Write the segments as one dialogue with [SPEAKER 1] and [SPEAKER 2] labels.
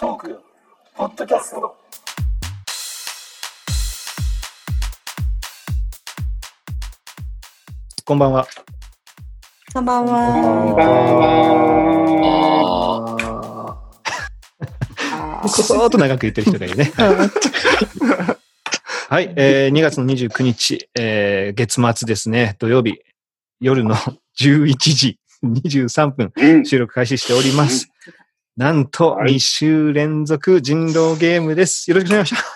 [SPEAKER 1] ークポッドキャスト
[SPEAKER 2] こんばんは。
[SPEAKER 3] こんばん
[SPEAKER 1] こん
[SPEAKER 3] は。
[SPEAKER 1] ばんは
[SPEAKER 2] くそーっと長く言ってる人がい るね。はい、えー2月の29日、えー月末ですね、土曜日、夜の 11時23分、
[SPEAKER 1] うん
[SPEAKER 2] 収録開始しております。なんと、
[SPEAKER 1] はい
[SPEAKER 2] 2週連続人狼ゲームです。よろしくお願いします。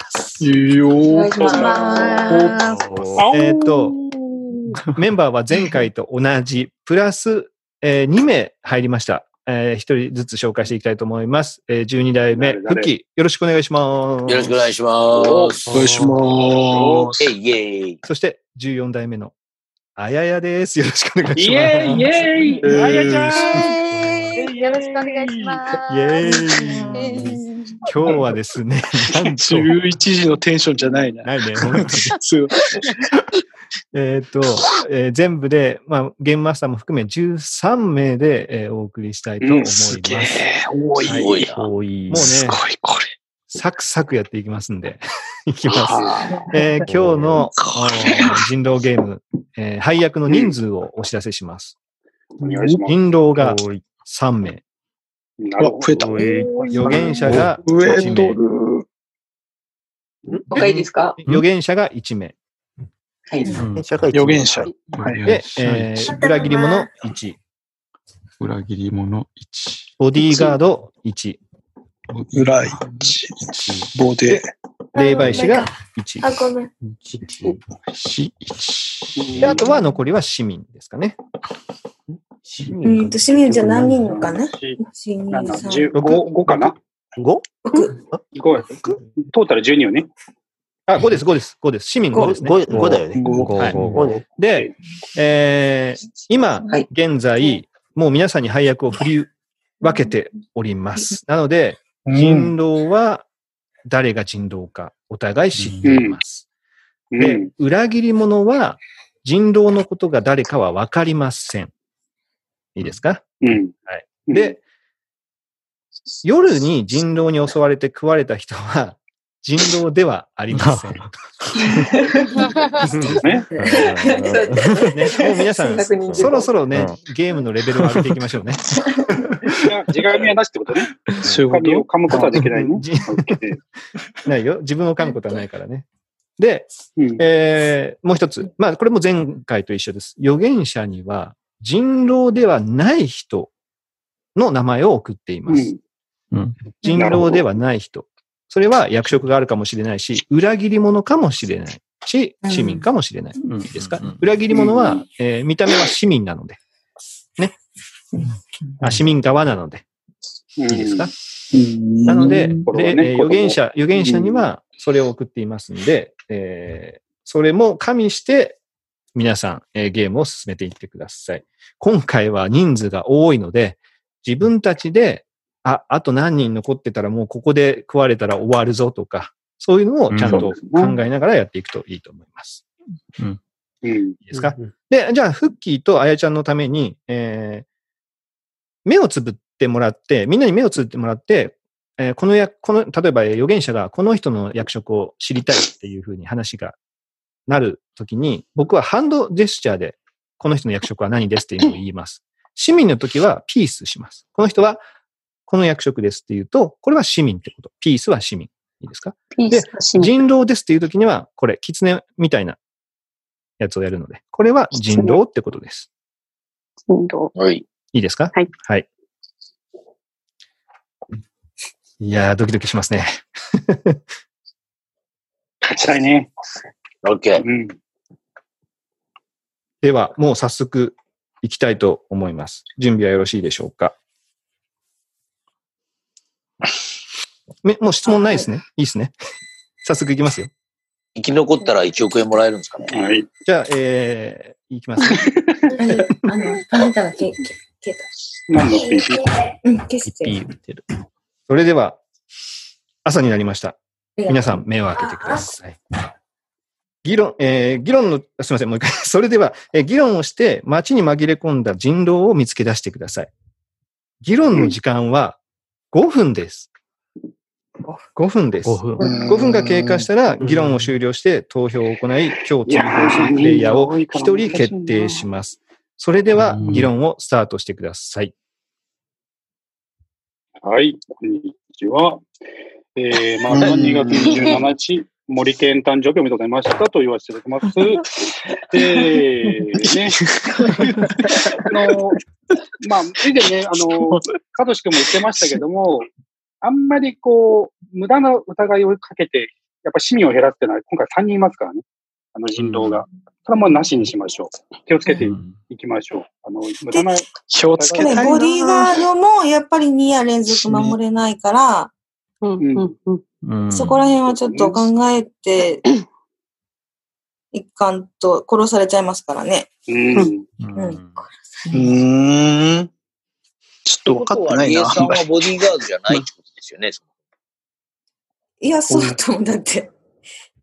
[SPEAKER 1] いいよ
[SPEAKER 3] お願いしま
[SPEAKER 2] えっ と、メンバーは前回と同じ、プラス、え2名入りました。え1人ずつ紹介していきたいと思います。えー12代目、
[SPEAKER 1] 誰
[SPEAKER 2] フ
[SPEAKER 1] 誰
[SPEAKER 2] ッキー、よろしくお願いします。
[SPEAKER 4] よろしくお願いし
[SPEAKER 1] お
[SPEAKER 4] ます。
[SPEAKER 5] お願いしま
[SPEAKER 4] えいえい。
[SPEAKER 2] そして、14代目の、あややです。よろしくお願いします。
[SPEAKER 5] イエーイイエーイあやちゃん
[SPEAKER 3] えーよろしくお願いします。
[SPEAKER 2] イエ
[SPEAKER 3] え
[SPEAKER 2] ーイ
[SPEAKER 3] ー
[SPEAKER 2] 今日はです ね、なんと、
[SPEAKER 5] 11時のテンションじゃないな。
[SPEAKER 2] ないね、本当に
[SPEAKER 5] そう
[SPEAKER 2] えーっと、えー全部で、まあ、ゲームマスターも含め13名で、えーお送りしたいと思います。
[SPEAKER 5] すげえ、多い。
[SPEAKER 4] す
[SPEAKER 5] もう
[SPEAKER 4] ごいな。
[SPEAKER 6] 多い。
[SPEAKER 5] すごい、これ。
[SPEAKER 2] サクサクやっていきますんで、 いきます。
[SPEAKER 5] はあ
[SPEAKER 2] えー今日の
[SPEAKER 5] これは。
[SPEAKER 2] 人狼ゲーム、えー配役の人数をお知らせします。
[SPEAKER 1] お願いします
[SPEAKER 2] 人狼が
[SPEAKER 6] 多い。
[SPEAKER 2] 3名、
[SPEAKER 1] な
[SPEAKER 5] あ
[SPEAKER 1] るほ
[SPEAKER 5] 増えた。
[SPEAKER 6] 多い。
[SPEAKER 2] 預言者が
[SPEAKER 5] 上
[SPEAKER 2] 1名、
[SPEAKER 5] 取
[SPEAKER 3] 他いいですか
[SPEAKER 2] 預言者が1名、
[SPEAKER 3] はい。
[SPEAKER 6] うん
[SPEAKER 7] 社会
[SPEAKER 5] る。預言者。
[SPEAKER 7] はい
[SPEAKER 2] で、えー裏切り者1、
[SPEAKER 7] 裏切り者1。
[SPEAKER 2] ボディーガード1、
[SPEAKER 5] 裏一、棒で。
[SPEAKER 2] 霊媒師が1。
[SPEAKER 3] あ、ごめん。
[SPEAKER 7] 死1。
[SPEAKER 2] であとは残りは市民ですかね。
[SPEAKER 3] うんと、市民じゃ何人いるのかな市民
[SPEAKER 1] なんだ
[SPEAKER 3] さん。
[SPEAKER 1] 10 5, 5かな
[SPEAKER 6] 5?
[SPEAKER 1] 5やトータル12よね。
[SPEAKER 2] あ、5です、5です、5です。市民5ですね。
[SPEAKER 6] 5, 5だよね。
[SPEAKER 5] 五
[SPEAKER 2] はい
[SPEAKER 6] 5ね。
[SPEAKER 2] で、えー今
[SPEAKER 3] はい、
[SPEAKER 2] 現在、もう皆さんに配役を振り分けております。なので、人狼は誰が人狼か、お互い知っています。
[SPEAKER 1] う
[SPEAKER 2] で
[SPEAKER 1] ん。、
[SPEAKER 2] 裏切り者は人狼のことが誰かは分かりません。いいですか
[SPEAKER 1] うん。
[SPEAKER 2] はい
[SPEAKER 1] うん、
[SPEAKER 2] で、夜に人狼に襲われて食われた人は、人狼ではありません。ね、
[SPEAKER 1] ね。
[SPEAKER 2] もう皆さん、
[SPEAKER 3] 確認
[SPEAKER 2] そろそろね、ゲームのレベルを上げていきまし ょうね。
[SPEAKER 1] 自我みはなしってことね。
[SPEAKER 5] そういうこ
[SPEAKER 1] 髪を
[SPEAKER 5] と
[SPEAKER 1] 噛むことはできないね。
[SPEAKER 2] じないよ。自分を噛むことはないからね。で、
[SPEAKER 1] うん。
[SPEAKER 2] えーもう一つ。まあ、これも前回と一緒です。預言者には、人狼ではない人の名前を送っていま
[SPEAKER 1] う
[SPEAKER 2] す。
[SPEAKER 1] ん。
[SPEAKER 2] 人狼ではない人。それは役職があるかもしれないし、裏切り者かもしれないし、市民かもしれない。
[SPEAKER 7] うん
[SPEAKER 2] ですか
[SPEAKER 7] うん
[SPEAKER 2] 裏切り者
[SPEAKER 1] う
[SPEAKER 2] は、えー見た目は市民なので。ね。あ市民側なので。
[SPEAKER 1] いい
[SPEAKER 2] いいですか
[SPEAKER 5] な
[SPEAKER 2] なので、
[SPEAKER 1] これ
[SPEAKER 2] で
[SPEAKER 1] はね
[SPEAKER 2] えー
[SPEAKER 1] 子供
[SPEAKER 2] 預言者、預言者にはそれを送っていますんで、えーそれも加味して、皆さん、えーゲームを進めていってください。今回は人数が多いので、自分たちで、あ、あと何人残ってたらもうここで食われたら終わるぞとか、そういうのをちゃんと考えながらやっていくといいと思います。
[SPEAKER 1] うん。
[SPEAKER 2] いいですかで、じゃあ、フッキーとあやちゃんのために、えー目をつぶってもらって、みんなに目をつぶってもらって、えーこの役、この、例えばえー預言者がこの人の役職を知りたいっていうふうに話がなるときに、僕はハンドジェスチャーで、この人の役職は何ですっていうのを言います。市民の時はピースします。この人はこの役職ですっていうと、これは市民ってこと。ピースは市民。いいですか
[SPEAKER 3] ピースと市民。
[SPEAKER 2] 人狼ですっていう時には、これ、狐みたいなやつをやるので、これは人狼ってことです。
[SPEAKER 3] 人道。
[SPEAKER 4] はい。
[SPEAKER 2] いいですか
[SPEAKER 3] はい。
[SPEAKER 2] はい。いやー、ドキドキしますね。
[SPEAKER 1] 勝ちたいね。
[SPEAKER 4] オッケー。
[SPEAKER 1] うん。
[SPEAKER 2] では、もう早速行きたいと思います。準備はよろしいでしょう かめもう質問ないですね。いいですね。早速行きますよ。
[SPEAKER 4] 生き残ったら1億円もらえるんですかね。
[SPEAKER 1] はい。
[SPEAKER 2] じゃあ、えー、行きます、ね。
[SPEAKER 3] あの、あなたがけ、け、け
[SPEAKER 1] 何のスピーチ
[SPEAKER 3] た。うん、消して。
[SPEAKER 6] 言ってる。
[SPEAKER 2] それでは、朝になりました。皆
[SPEAKER 3] ん。
[SPEAKER 2] さん、目を開けてください。議論、えー議論の、あすみません、もう一回。 それでは、えー議論をして、街に紛れ込んだ人狼を見つけ出してください。議論の時間は5分です。
[SPEAKER 3] 5分。
[SPEAKER 2] 5分です。
[SPEAKER 6] 5分。
[SPEAKER 1] うん
[SPEAKER 2] 5分が経過したら、議論を終了して投票を行い、今日追放するプレイヤーを1人決定します。それでは、議論をスタートしてください。
[SPEAKER 1] はい、こんにちは。えー、まずは2月27日、森健誕生日おめでとうございましたと言わせていただきます。 えー、ね。あの、まあ、以前ね、あの、かとし君も言ってましたけども、あんまりこう、無駄な疑いをかけて、やっぱ市民を減らすっていうのは、今回3人いますからね。あの人狼が。それはもうなしにしましょう。気をつけていきましょう。あの、無駄な、
[SPEAKER 5] 票つけ
[SPEAKER 1] い
[SPEAKER 5] た
[SPEAKER 1] や
[SPEAKER 5] い
[SPEAKER 3] ね、
[SPEAKER 5] な。
[SPEAKER 3] ボディーガードもやっぱり2夜連続守れないから、
[SPEAKER 1] うんうん
[SPEAKER 8] う
[SPEAKER 6] う
[SPEAKER 8] ん。
[SPEAKER 6] ん
[SPEAKER 3] そこら辺はちょっと考えて、一貫と殺されちゃいますからね。
[SPEAKER 1] うん。
[SPEAKER 6] うんうん
[SPEAKER 5] うーん。ちょっと分かってないな、
[SPEAKER 4] って
[SPEAKER 5] あ
[SPEAKER 4] ことはリエさん
[SPEAKER 5] んま
[SPEAKER 4] は
[SPEAKER 5] り。
[SPEAKER 4] ボディーガードじゃないってことですよね。
[SPEAKER 3] いや、そうともだって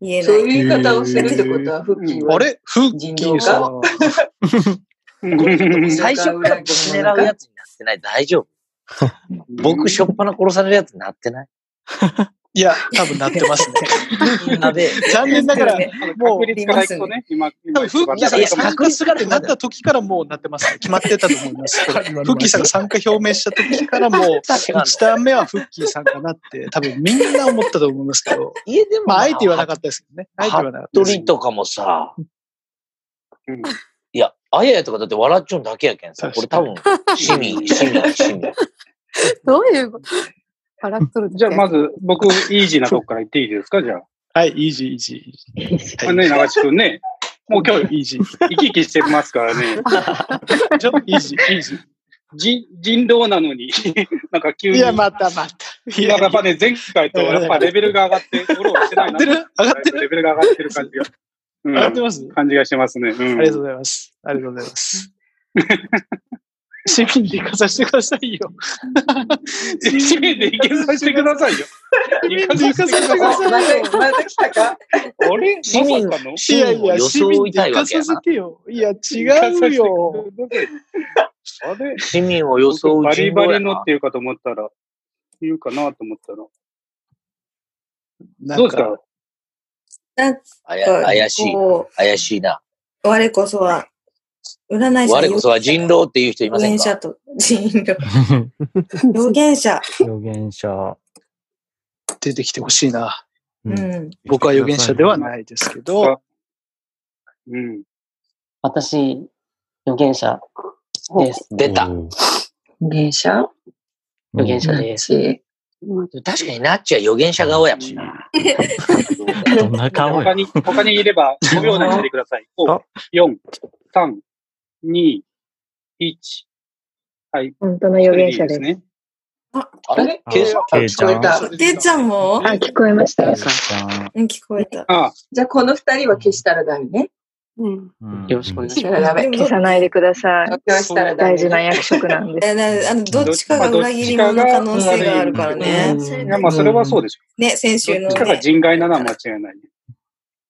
[SPEAKER 3] 言えな
[SPEAKER 8] そう
[SPEAKER 3] い。
[SPEAKER 8] いう言い方をしてるってことは、復帰は。
[SPEAKER 5] あれフッキーさん。
[SPEAKER 4] 最初から僕狙うやつになってない。大丈夫。僕、しょっぱな殺されるやつになってない。
[SPEAKER 5] いや、多分なってますね。
[SPEAKER 4] やべえ。
[SPEAKER 5] 残念ながら、もう
[SPEAKER 1] 確、率からいくとね、今、
[SPEAKER 5] 多分、フッキーさんが参
[SPEAKER 4] 確
[SPEAKER 5] 加
[SPEAKER 4] 率
[SPEAKER 5] す
[SPEAKER 4] が
[SPEAKER 5] るっ
[SPEAKER 4] ある
[SPEAKER 5] て
[SPEAKER 4] んだ
[SPEAKER 5] なった時からもうなってますね。決まってたと思います。フッキーさんが参加表明した時からもう、1ターン目はフッキーさんかなって、多分みんな思ったと思いますけど、
[SPEAKER 4] 家でも
[SPEAKER 5] まあ、あえて言わなか
[SPEAKER 4] っ
[SPEAKER 5] ったですけどね。あえて言わなかった
[SPEAKER 4] ド
[SPEAKER 5] です
[SPEAKER 4] リ。とかもさ、
[SPEAKER 1] うん
[SPEAKER 4] いや、あややとかだって笑っちゃうだけやけんさ。これ
[SPEAKER 5] 確
[SPEAKER 4] 多
[SPEAKER 5] か
[SPEAKER 4] 分、市民、市民、市民。
[SPEAKER 8] どういうこと笑っとる
[SPEAKER 1] じゃあ、ま
[SPEAKER 8] ず。
[SPEAKER 1] ず、僕、イージーなとこから言っていいですか、じゃあ。
[SPEAKER 5] はい、イージー、イージ
[SPEAKER 1] あ
[SPEAKER 5] ー。
[SPEAKER 1] ね、長地くんね。もう今日、
[SPEAKER 5] イージー。
[SPEAKER 1] 生き生きしてますからね。
[SPEAKER 5] ちょっとイージー、イージ
[SPEAKER 1] 人、人道なのに、 なんか急
[SPEAKER 5] ー。い
[SPEAKER 1] に。
[SPEAKER 5] や、またまた。い
[SPEAKER 1] なんかやっぱね、前回と
[SPEAKER 5] いや
[SPEAKER 1] やっぱレベルが上がって、フォローしてな
[SPEAKER 5] 上が
[SPEAKER 1] いな
[SPEAKER 5] ってる上がってる
[SPEAKER 1] レベルが上がってる感じが。うん
[SPEAKER 5] 上がってます
[SPEAKER 1] 感じがしてますね。うん
[SPEAKER 5] ありがとうございます。ありがとうございます。市民で行かさせてくださいよ。
[SPEAKER 1] 地面で行けさせてくださいよ。行か
[SPEAKER 5] 行
[SPEAKER 1] せ
[SPEAKER 5] か
[SPEAKER 1] て
[SPEAKER 5] せて
[SPEAKER 1] くだ
[SPEAKER 5] くだ
[SPEAKER 1] さい。
[SPEAKER 5] さいよ。
[SPEAKER 8] また来たか
[SPEAKER 1] あれ
[SPEAKER 4] 市民
[SPEAKER 1] まさかの
[SPEAKER 5] い
[SPEAKER 4] 市
[SPEAKER 5] や
[SPEAKER 4] 民
[SPEAKER 5] い
[SPEAKER 4] を
[SPEAKER 5] や、市
[SPEAKER 4] 装
[SPEAKER 5] 民
[SPEAKER 4] い
[SPEAKER 5] で
[SPEAKER 4] たい
[SPEAKER 5] 行
[SPEAKER 4] わ
[SPEAKER 5] か
[SPEAKER 4] けや
[SPEAKER 5] させ
[SPEAKER 4] な。
[SPEAKER 5] てよ。いや、違うよ。。
[SPEAKER 1] あれ
[SPEAKER 4] 市民を装う
[SPEAKER 1] バリ
[SPEAKER 4] 人
[SPEAKER 1] バ
[SPEAKER 4] 狼や
[SPEAKER 1] リのっ
[SPEAKER 4] な。
[SPEAKER 1] ていうかと思ったら、言うかなと思ったら。
[SPEAKER 5] な
[SPEAKER 1] どうんですか
[SPEAKER 5] か、
[SPEAKER 4] あや怪しい。
[SPEAKER 3] こ
[SPEAKER 4] 怪しいな。
[SPEAKER 3] う我こそは、占い師
[SPEAKER 4] 我こそは人狼っていう人いま
[SPEAKER 3] 予
[SPEAKER 4] せん
[SPEAKER 3] 言者
[SPEAKER 4] か
[SPEAKER 3] と、人狼。予言者。
[SPEAKER 2] 予言者。
[SPEAKER 5] 出てきてほしいな。
[SPEAKER 3] う。
[SPEAKER 2] うん
[SPEAKER 5] 僕は予言者ではないですけど、
[SPEAKER 1] うん。
[SPEAKER 9] 私、予言者です。
[SPEAKER 4] 出た。
[SPEAKER 7] おー
[SPEAKER 8] 予言者
[SPEAKER 9] 予言者
[SPEAKER 8] で
[SPEAKER 9] です。
[SPEAKER 8] す。
[SPEAKER 4] 確かになっちゃ予言者顔やもんな。
[SPEAKER 6] どんな顔
[SPEAKER 1] 他
[SPEAKER 6] や
[SPEAKER 1] に、他にいれば5秒でにしてください。5
[SPEAKER 6] あ、
[SPEAKER 1] 4、3、2、1。はい。
[SPEAKER 10] 本当の予言者です。
[SPEAKER 1] ね。
[SPEAKER 4] あれ
[SPEAKER 6] あ
[SPEAKER 4] ケイさん
[SPEAKER 6] ケイちゃん。
[SPEAKER 8] あ
[SPEAKER 3] てっちゃんも
[SPEAKER 10] あ、聞こえました。
[SPEAKER 3] うん、聞こえた。
[SPEAKER 1] あ
[SPEAKER 8] じゃあ、この二人は消したらダメね。うん。
[SPEAKER 6] うん
[SPEAKER 9] よろしくお願いし
[SPEAKER 8] 消したらダメ。
[SPEAKER 10] 消さないでください。
[SPEAKER 8] 消したらダメ。
[SPEAKER 10] 大事な役職なんで
[SPEAKER 3] いやだあのどっちかが裏切り者の可能性があるからね。
[SPEAKER 1] あ。いや、まあ、それはそうでしょ
[SPEAKER 3] ね、先週
[SPEAKER 1] う。ど
[SPEAKER 3] の
[SPEAKER 1] っちかが
[SPEAKER 3] ね。
[SPEAKER 1] 人外なのは間違いない。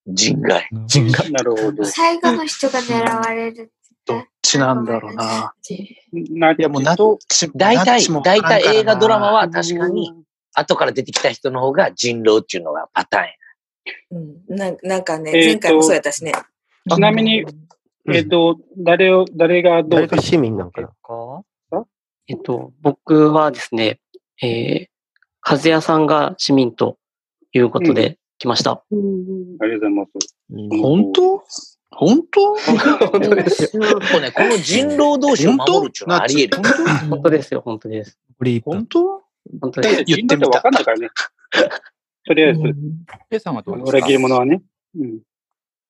[SPEAKER 4] 人外。
[SPEAKER 6] 人が。
[SPEAKER 1] なるほど。
[SPEAKER 11] 最後の人が狙われる。
[SPEAKER 5] どっちなんだろうな。
[SPEAKER 1] ない
[SPEAKER 5] や、もうナッチ、
[SPEAKER 4] 大体、大体映画ドラマ
[SPEAKER 5] は。
[SPEAKER 4] は確かに、後から出てきた人の方が人狼っていうのがパターンや。
[SPEAKER 3] うんななんかね、
[SPEAKER 1] え
[SPEAKER 3] 前
[SPEAKER 1] ーと
[SPEAKER 3] 回もそうやったしね。
[SPEAKER 1] ちなみに、えっと、誰を、誰がど
[SPEAKER 6] 誰
[SPEAKER 1] う
[SPEAKER 6] か市民なんかな。
[SPEAKER 1] あ
[SPEAKER 9] えっと、僕はですね、えー、和也さんが市民ということで来ました。
[SPEAKER 1] ありがとうございます。
[SPEAKER 5] 本当本当
[SPEAKER 9] 本当ですよ。
[SPEAKER 4] 結構ね、この人狼同士を守るっていうのはあり得る。
[SPEAKER 9] 本当ですよ、本当です。
[SPEAKER 2] リー
[SPEAKER 5] 本当
[SPEAKER 9] 本当です。
[SPEAKER 5] 言ってみた
[SPEAKER 1] 人だわかんないからね。とりあえず、
[SPEAKER 7] ケイさんはどうで
[SPEAKER 1] 裏
[SPEAKER 7] す
[SPEAKER 1] 切り
[SPEAKER 7] か
[SPEAKER 1] 者はね。うん。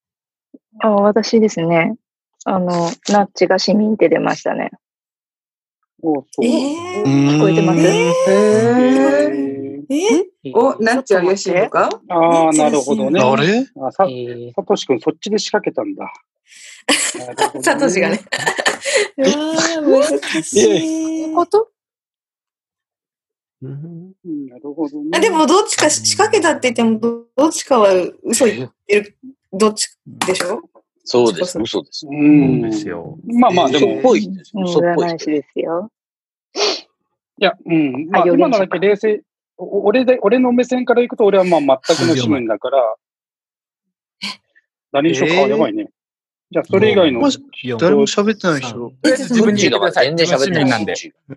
[SPEAKER 10] あ、私ですね。あの、ナッチが市民って出ましたね。
[SPEAKER 1] おうそう。
[SPEAKER 3] えー、
[SPEAKER 5] 聞
[SPEAKER 10] 聞こえてます
[SPEAKER 8] えー。
[SPEAKER 1] えー
[SPEAKER 3] え
[SPEAKER 8] お、なっちゃうよしのか
[SPEAKER 1] ああ、なるほどね。
[SPEAKER 5] あれ
[SPEAKER 1] あさ
[SPEAKER 9] えー
[SPEAKER 1] さとしくん、そっちで仕掛けたんだ。
[SPEAKER 3] ー、サトシがね。うわー難しい。
[SPEAKER 8] こと
[SPEAKER 6] うん
[SPEAKER 1] うん。なるほどね。
[SPEAKER 3] あでも、どっちか仕掛けたって言っても、どどっちかは嘘言ってる、どっちでしょ
[SPEAKER 4] そうです、嘘です。
[SPEAKER 6] そ
[SPEAKER 1] う
[SPEAKER 6] うで
[SPEAKER 1] ん。
[SPEAKER 6] すよ。
[SPEAKER 1] まあまあ、で
[SPEAKER 4] 嘘っ
[SPEAKER 1] も、
[SPEAKER 4] ぽい人です。
[SPEAKER 10] うん
[SPEAKER 4] 嘘っぽい
[SPEAKER 10] 占い
[SPEAKER 4] 人
[SPEAKER 10] 師。ですよ。
[SPEAKER 1] いや、うん。まあ、
[SPEAKER 10] あ予言者
[SPEAKER 1] 今のだけ冷静、お俺で、俺の目線からいくと、俺はまあ全くの市民だから、何にしようか、
[SPEAKER 5] えー
[SPEAKER 1] やばいね。じゃあ、それ以外の。
[SPEAKER 5] もし誰も喋ってないでしょ。自 分に言ってください。全然
[SPEAKER 2] 喋ってない
[SPEAKER 5] なんで。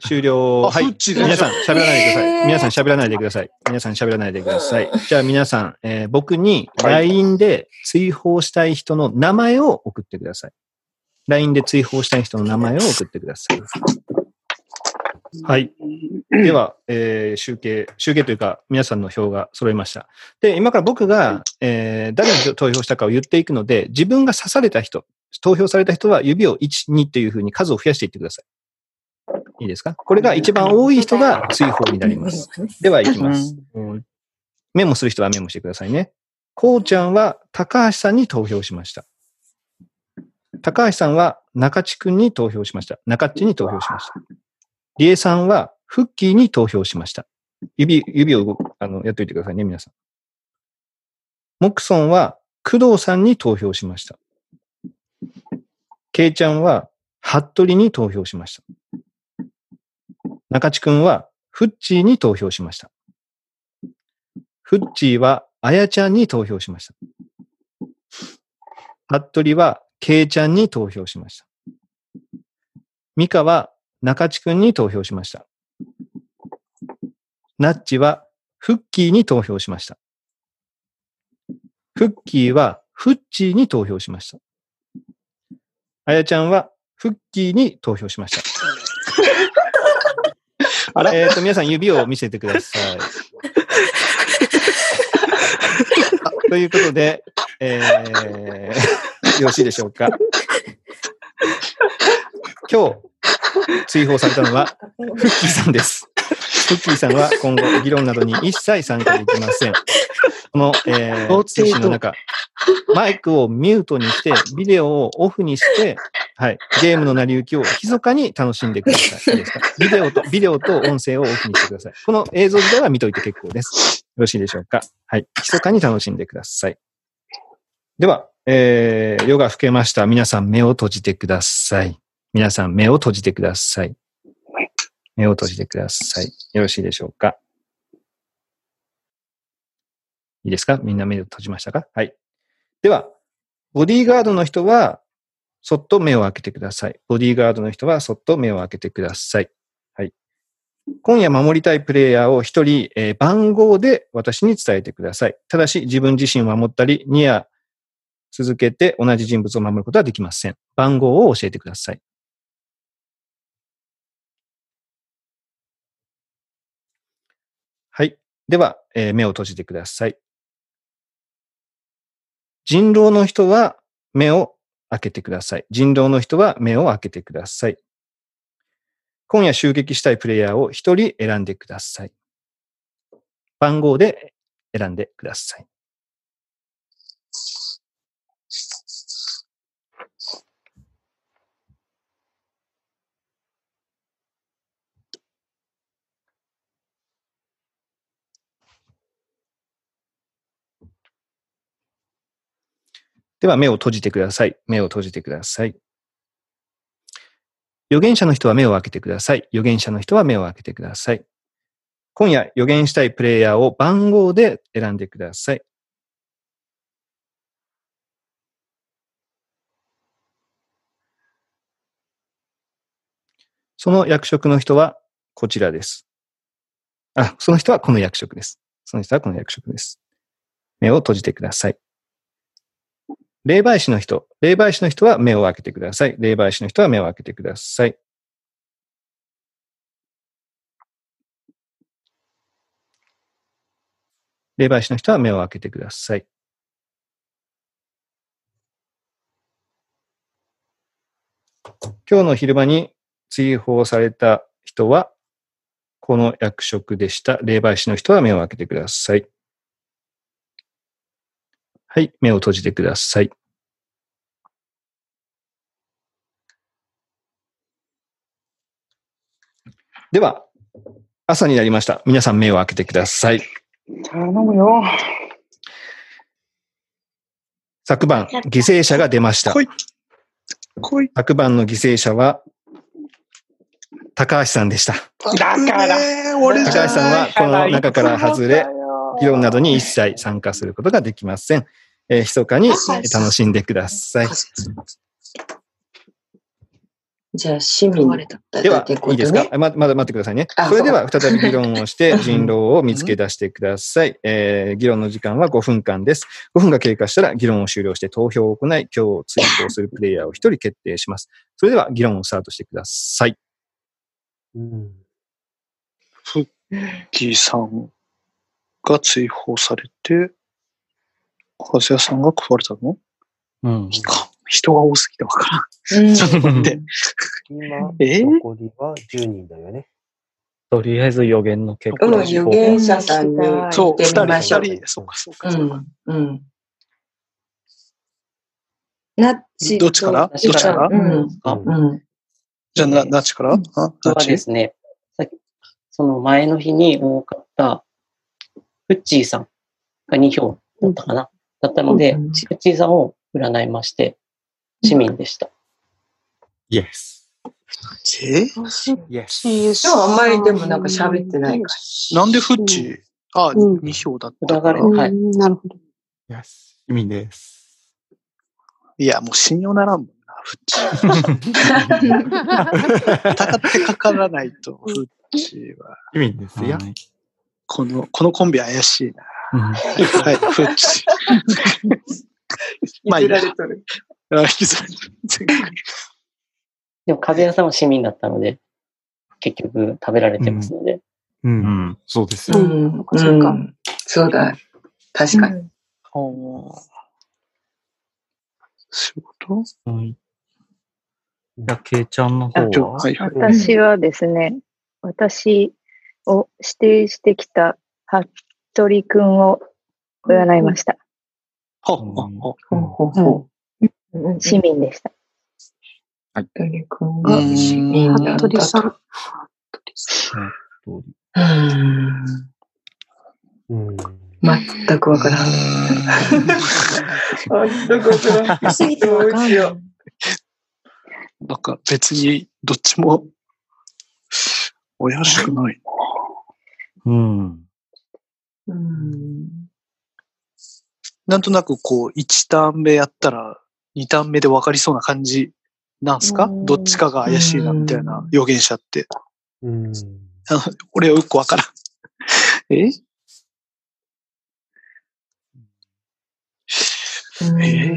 [SPEAKER 2] 終了。はい。
[SPEAKER 5] だ
[SPEAKER 2] 皆さん、喋らないでください。皆さん、喋らないでください。皆さん、喋らないでください。 じゃあ、皆さん、えー僕に LINE で追放したい人の名前を送ってください。LINE で追放したい人の名前を送ってください。はい。では、えー集計、集計というか、皆さんの票が揃いました。で、今から僕が、えー誰に投票したかを言っていくので、自分が刺された人、投票された人は指を1、2というふうに数を増やしていってください。いいですかこれが一番多い人が追放になります。では、いきます。メモする人はメモしてくださいね。こうちゃんは高橋さんに投票しました。高橋さんは中地君に投票しました。中地に投票しました。理恵さんはフッキーに投票しました。指、指を動くあの、やっといてくださいね、皆さん。モクソンは工藤さんに投票しました。ケイちゃんは服部に投票しました。中地君はフッチーに投票しました。フッチーはあやちゃんに投票しました。服部はけいちゃんに投票しました。ミカは中地君に投票しました。ナッチはフッキーに投票しました。フッキーはフッチーに投票しました。あやちゃんはフッキーに投票しました。あらえっ、と、皆さん指を見せてくださ い。ということで、えー、よろしいでしょうか。今日、追放されたのは、フッキーさんです。フッキーさんは今後、議論などに一切参加できません。この、えー、精神の中、マイクをミュートにして、ビデオをオフにして、はい、ゲームの成り行きを密かに楽しんでください。いいですかビデオと、ビデオと音声をオフにしてください。この映像自体は見といて結構です。よろしいでしょうか。はい、密かに楽しんでください。では、えー、夜が更けました。皆さん目を閉じてください。皆さん目を閉じてください。目を閉じてください。よろしいでしょうか。いいですかみんな目を閉じましたかはい。では、ボディーガードの人は、そっと目を開けてください。ボディーガードの人は、そっと目を開けてください。はい。今夜守りたいプレイヤーを一人、えー番号で私に伝えてください。ただし、自分自身を守ったり、ニア続けて同じ人物を守ることはできません。番号を教えてください。はい。では、えー目を閉じてください。人狼の人は目を開けてください。人狼の人は目を開けてください。今夜襲撃したいプレイヤーを一人選んでください。番号で選んでください。では目を閉じてください。目を閉じてください。預言者の人は目を開けてください。預言者の人は目を開けてください。今夜預言したいプレイヤーを番号で選んでください。その役職の人はこちらです。あ、その人はこの役職です。その人はこの役職です。目を閉じてください。霊媒師の人。霊媒師の人は目を開けてください。霊媒師の人は目を開けてください。霊媒師の人は目を開けてください。今日の昼間に追放された人は、この役職でした。霊媒師の人は目を開けてください。はい、目を閉じてください。では、朝になりました。皆さん目を開けてください。
[SPEAKER 1] 頼むよ。
[SPEAKER 2] 昨晩、犠牲者が出ました。昨晩の犠牲者は、高橋さんでした。
[SPEAKER 5] だから、俺じ
[SPEAKER 2] 高
[SPEAKER 5] ゃ
[SPEAKER 2] 橋さんはこの中から外れ、議論などに一切参加することができません。えー、密かに楽しんでください。
[SPEAKER 8] じゃあ、市民だった
[SPEAKER 2] で
[SPEAKER 8] ら
[SPEAKER 2] は
[SPEAKER 8] って、こ
[SPEAKER 2] いいで
[SPEAKER 8] と
[SPEAKER 2] すか
[SPEAKER 8] ね。
[SPEAKER 2] あままだ待ってくださいね
[SPEAKER 8] あ。
[SPEAKER 2] それでは
[SPEAKER 8] そう
[SPEAKER 2] 再び議論を して人狼を見つけ出してください。えー議論の時間は5分間です。5分が経過したら議論を終了して投票を行い、今日追放するプレイヤーを1人決定します。それでは議論をスタートしてください。
[SPEAKER 5] フッキーさんが追放されて、長谷さんが食われたの
[SPEAKER 6] うん。
[SPEAKER 5] 人が多すぎてわか
[SPEAKER 8] うん
[SPEAKER 5] ちょっと待って。
[SPEAKER 12] 今、
[SPEAKER 5] えー
[SPEAKER 12] 残りは10人だよね。
[SPEAKER 6] とりあえず予言の結果
[SPEAKER 8] うん、預言者さんに
[SPEAKER 5] そう、二人、
[SPEAKER 8] ま
[SPEAKER 5] 二
[SPEAKER 8] しょう
[SPEAKER 5] 人、そうか、そうか。
[SPEAKER 8] うん、うん。ナッチと
[SPEAKER 5] どっちからどっちから
[SPEAKER 8] うん。
[SPEAKER 5] うん。じゃあ、な、なっちからあ
[SPEAKER 9] 僕はですね、さっきその前の日に多かった、フッチーさんが2票だったかな、だったので、フッチーさんを占いまして、市民でした。
[SPEAKER 7] イエス。
[SPEAKER 5] え
[SPEAKER 7] イエス。
[SPEAKER 8] 今日あんまりでもなんか喋ってないから。
[SPEAKER 5] なんでフッチあ、二票だったから。
[SPEAKER 7] はい。
[SPEAKER 8] なるほど。
[SPEAKER 7] 意味です。
[SPEAKER 5] いや、もう信用ならんもんな、 フッチ。戦ってかからないと、フッチは。
[SPEAKER 7] 意味ですよ。
[SPEAKER 5] この、このコンビ怪しいな。はい、フッチ。まあいいや。あ引きずられてる
[SPEAKER 9] でも、風屋さんは市民だったので、結局食べられてますので。
[SPEAKER 7] うん。そうです
[SPEAKER 8] う
[SPEAKER 7] よ。
[SPEAKER 8] ん、
[SPEAKER 9] そうか
[SPEAKER 8] うんそうだ。確かに。
[SPEAKER 5] お仕事
[SPEAKER 6] はい。じゃあ、けいちゃんの方
[SPEAKER 10] あ
[SPEAKER 6] は
[SPEAKER 10] はい私はですね、私を指定してきた服部くんを占いました。
[SPEAKER 5] ほほ
[SPEAKER 8] ほ
[SPEAKER 5] ほ
[SPEAKER 8] ほ
[SPEAKER 10] 市民でした。
[SPEAKER 7] はい。
[SPEAKER 8] くんが市民なんだと。
[SPEAKER 10] 服部さん
[SPEAKER 8] 全くわからん。全くわからん。
[SPEAKER 5] 不思議てわかん
[SPEAKER 8] ない。
[SPEAKER 5] なんか別にどっちも怪しくない
[SPEAKER 6] うん。
[SPEAKER 5] なんとなくこう、1ターン目やったら、2ターン目で分かりそうな感じなんすかどっちかが怪しいな、みたいな予言者って。あの俺はよく分からん。ええー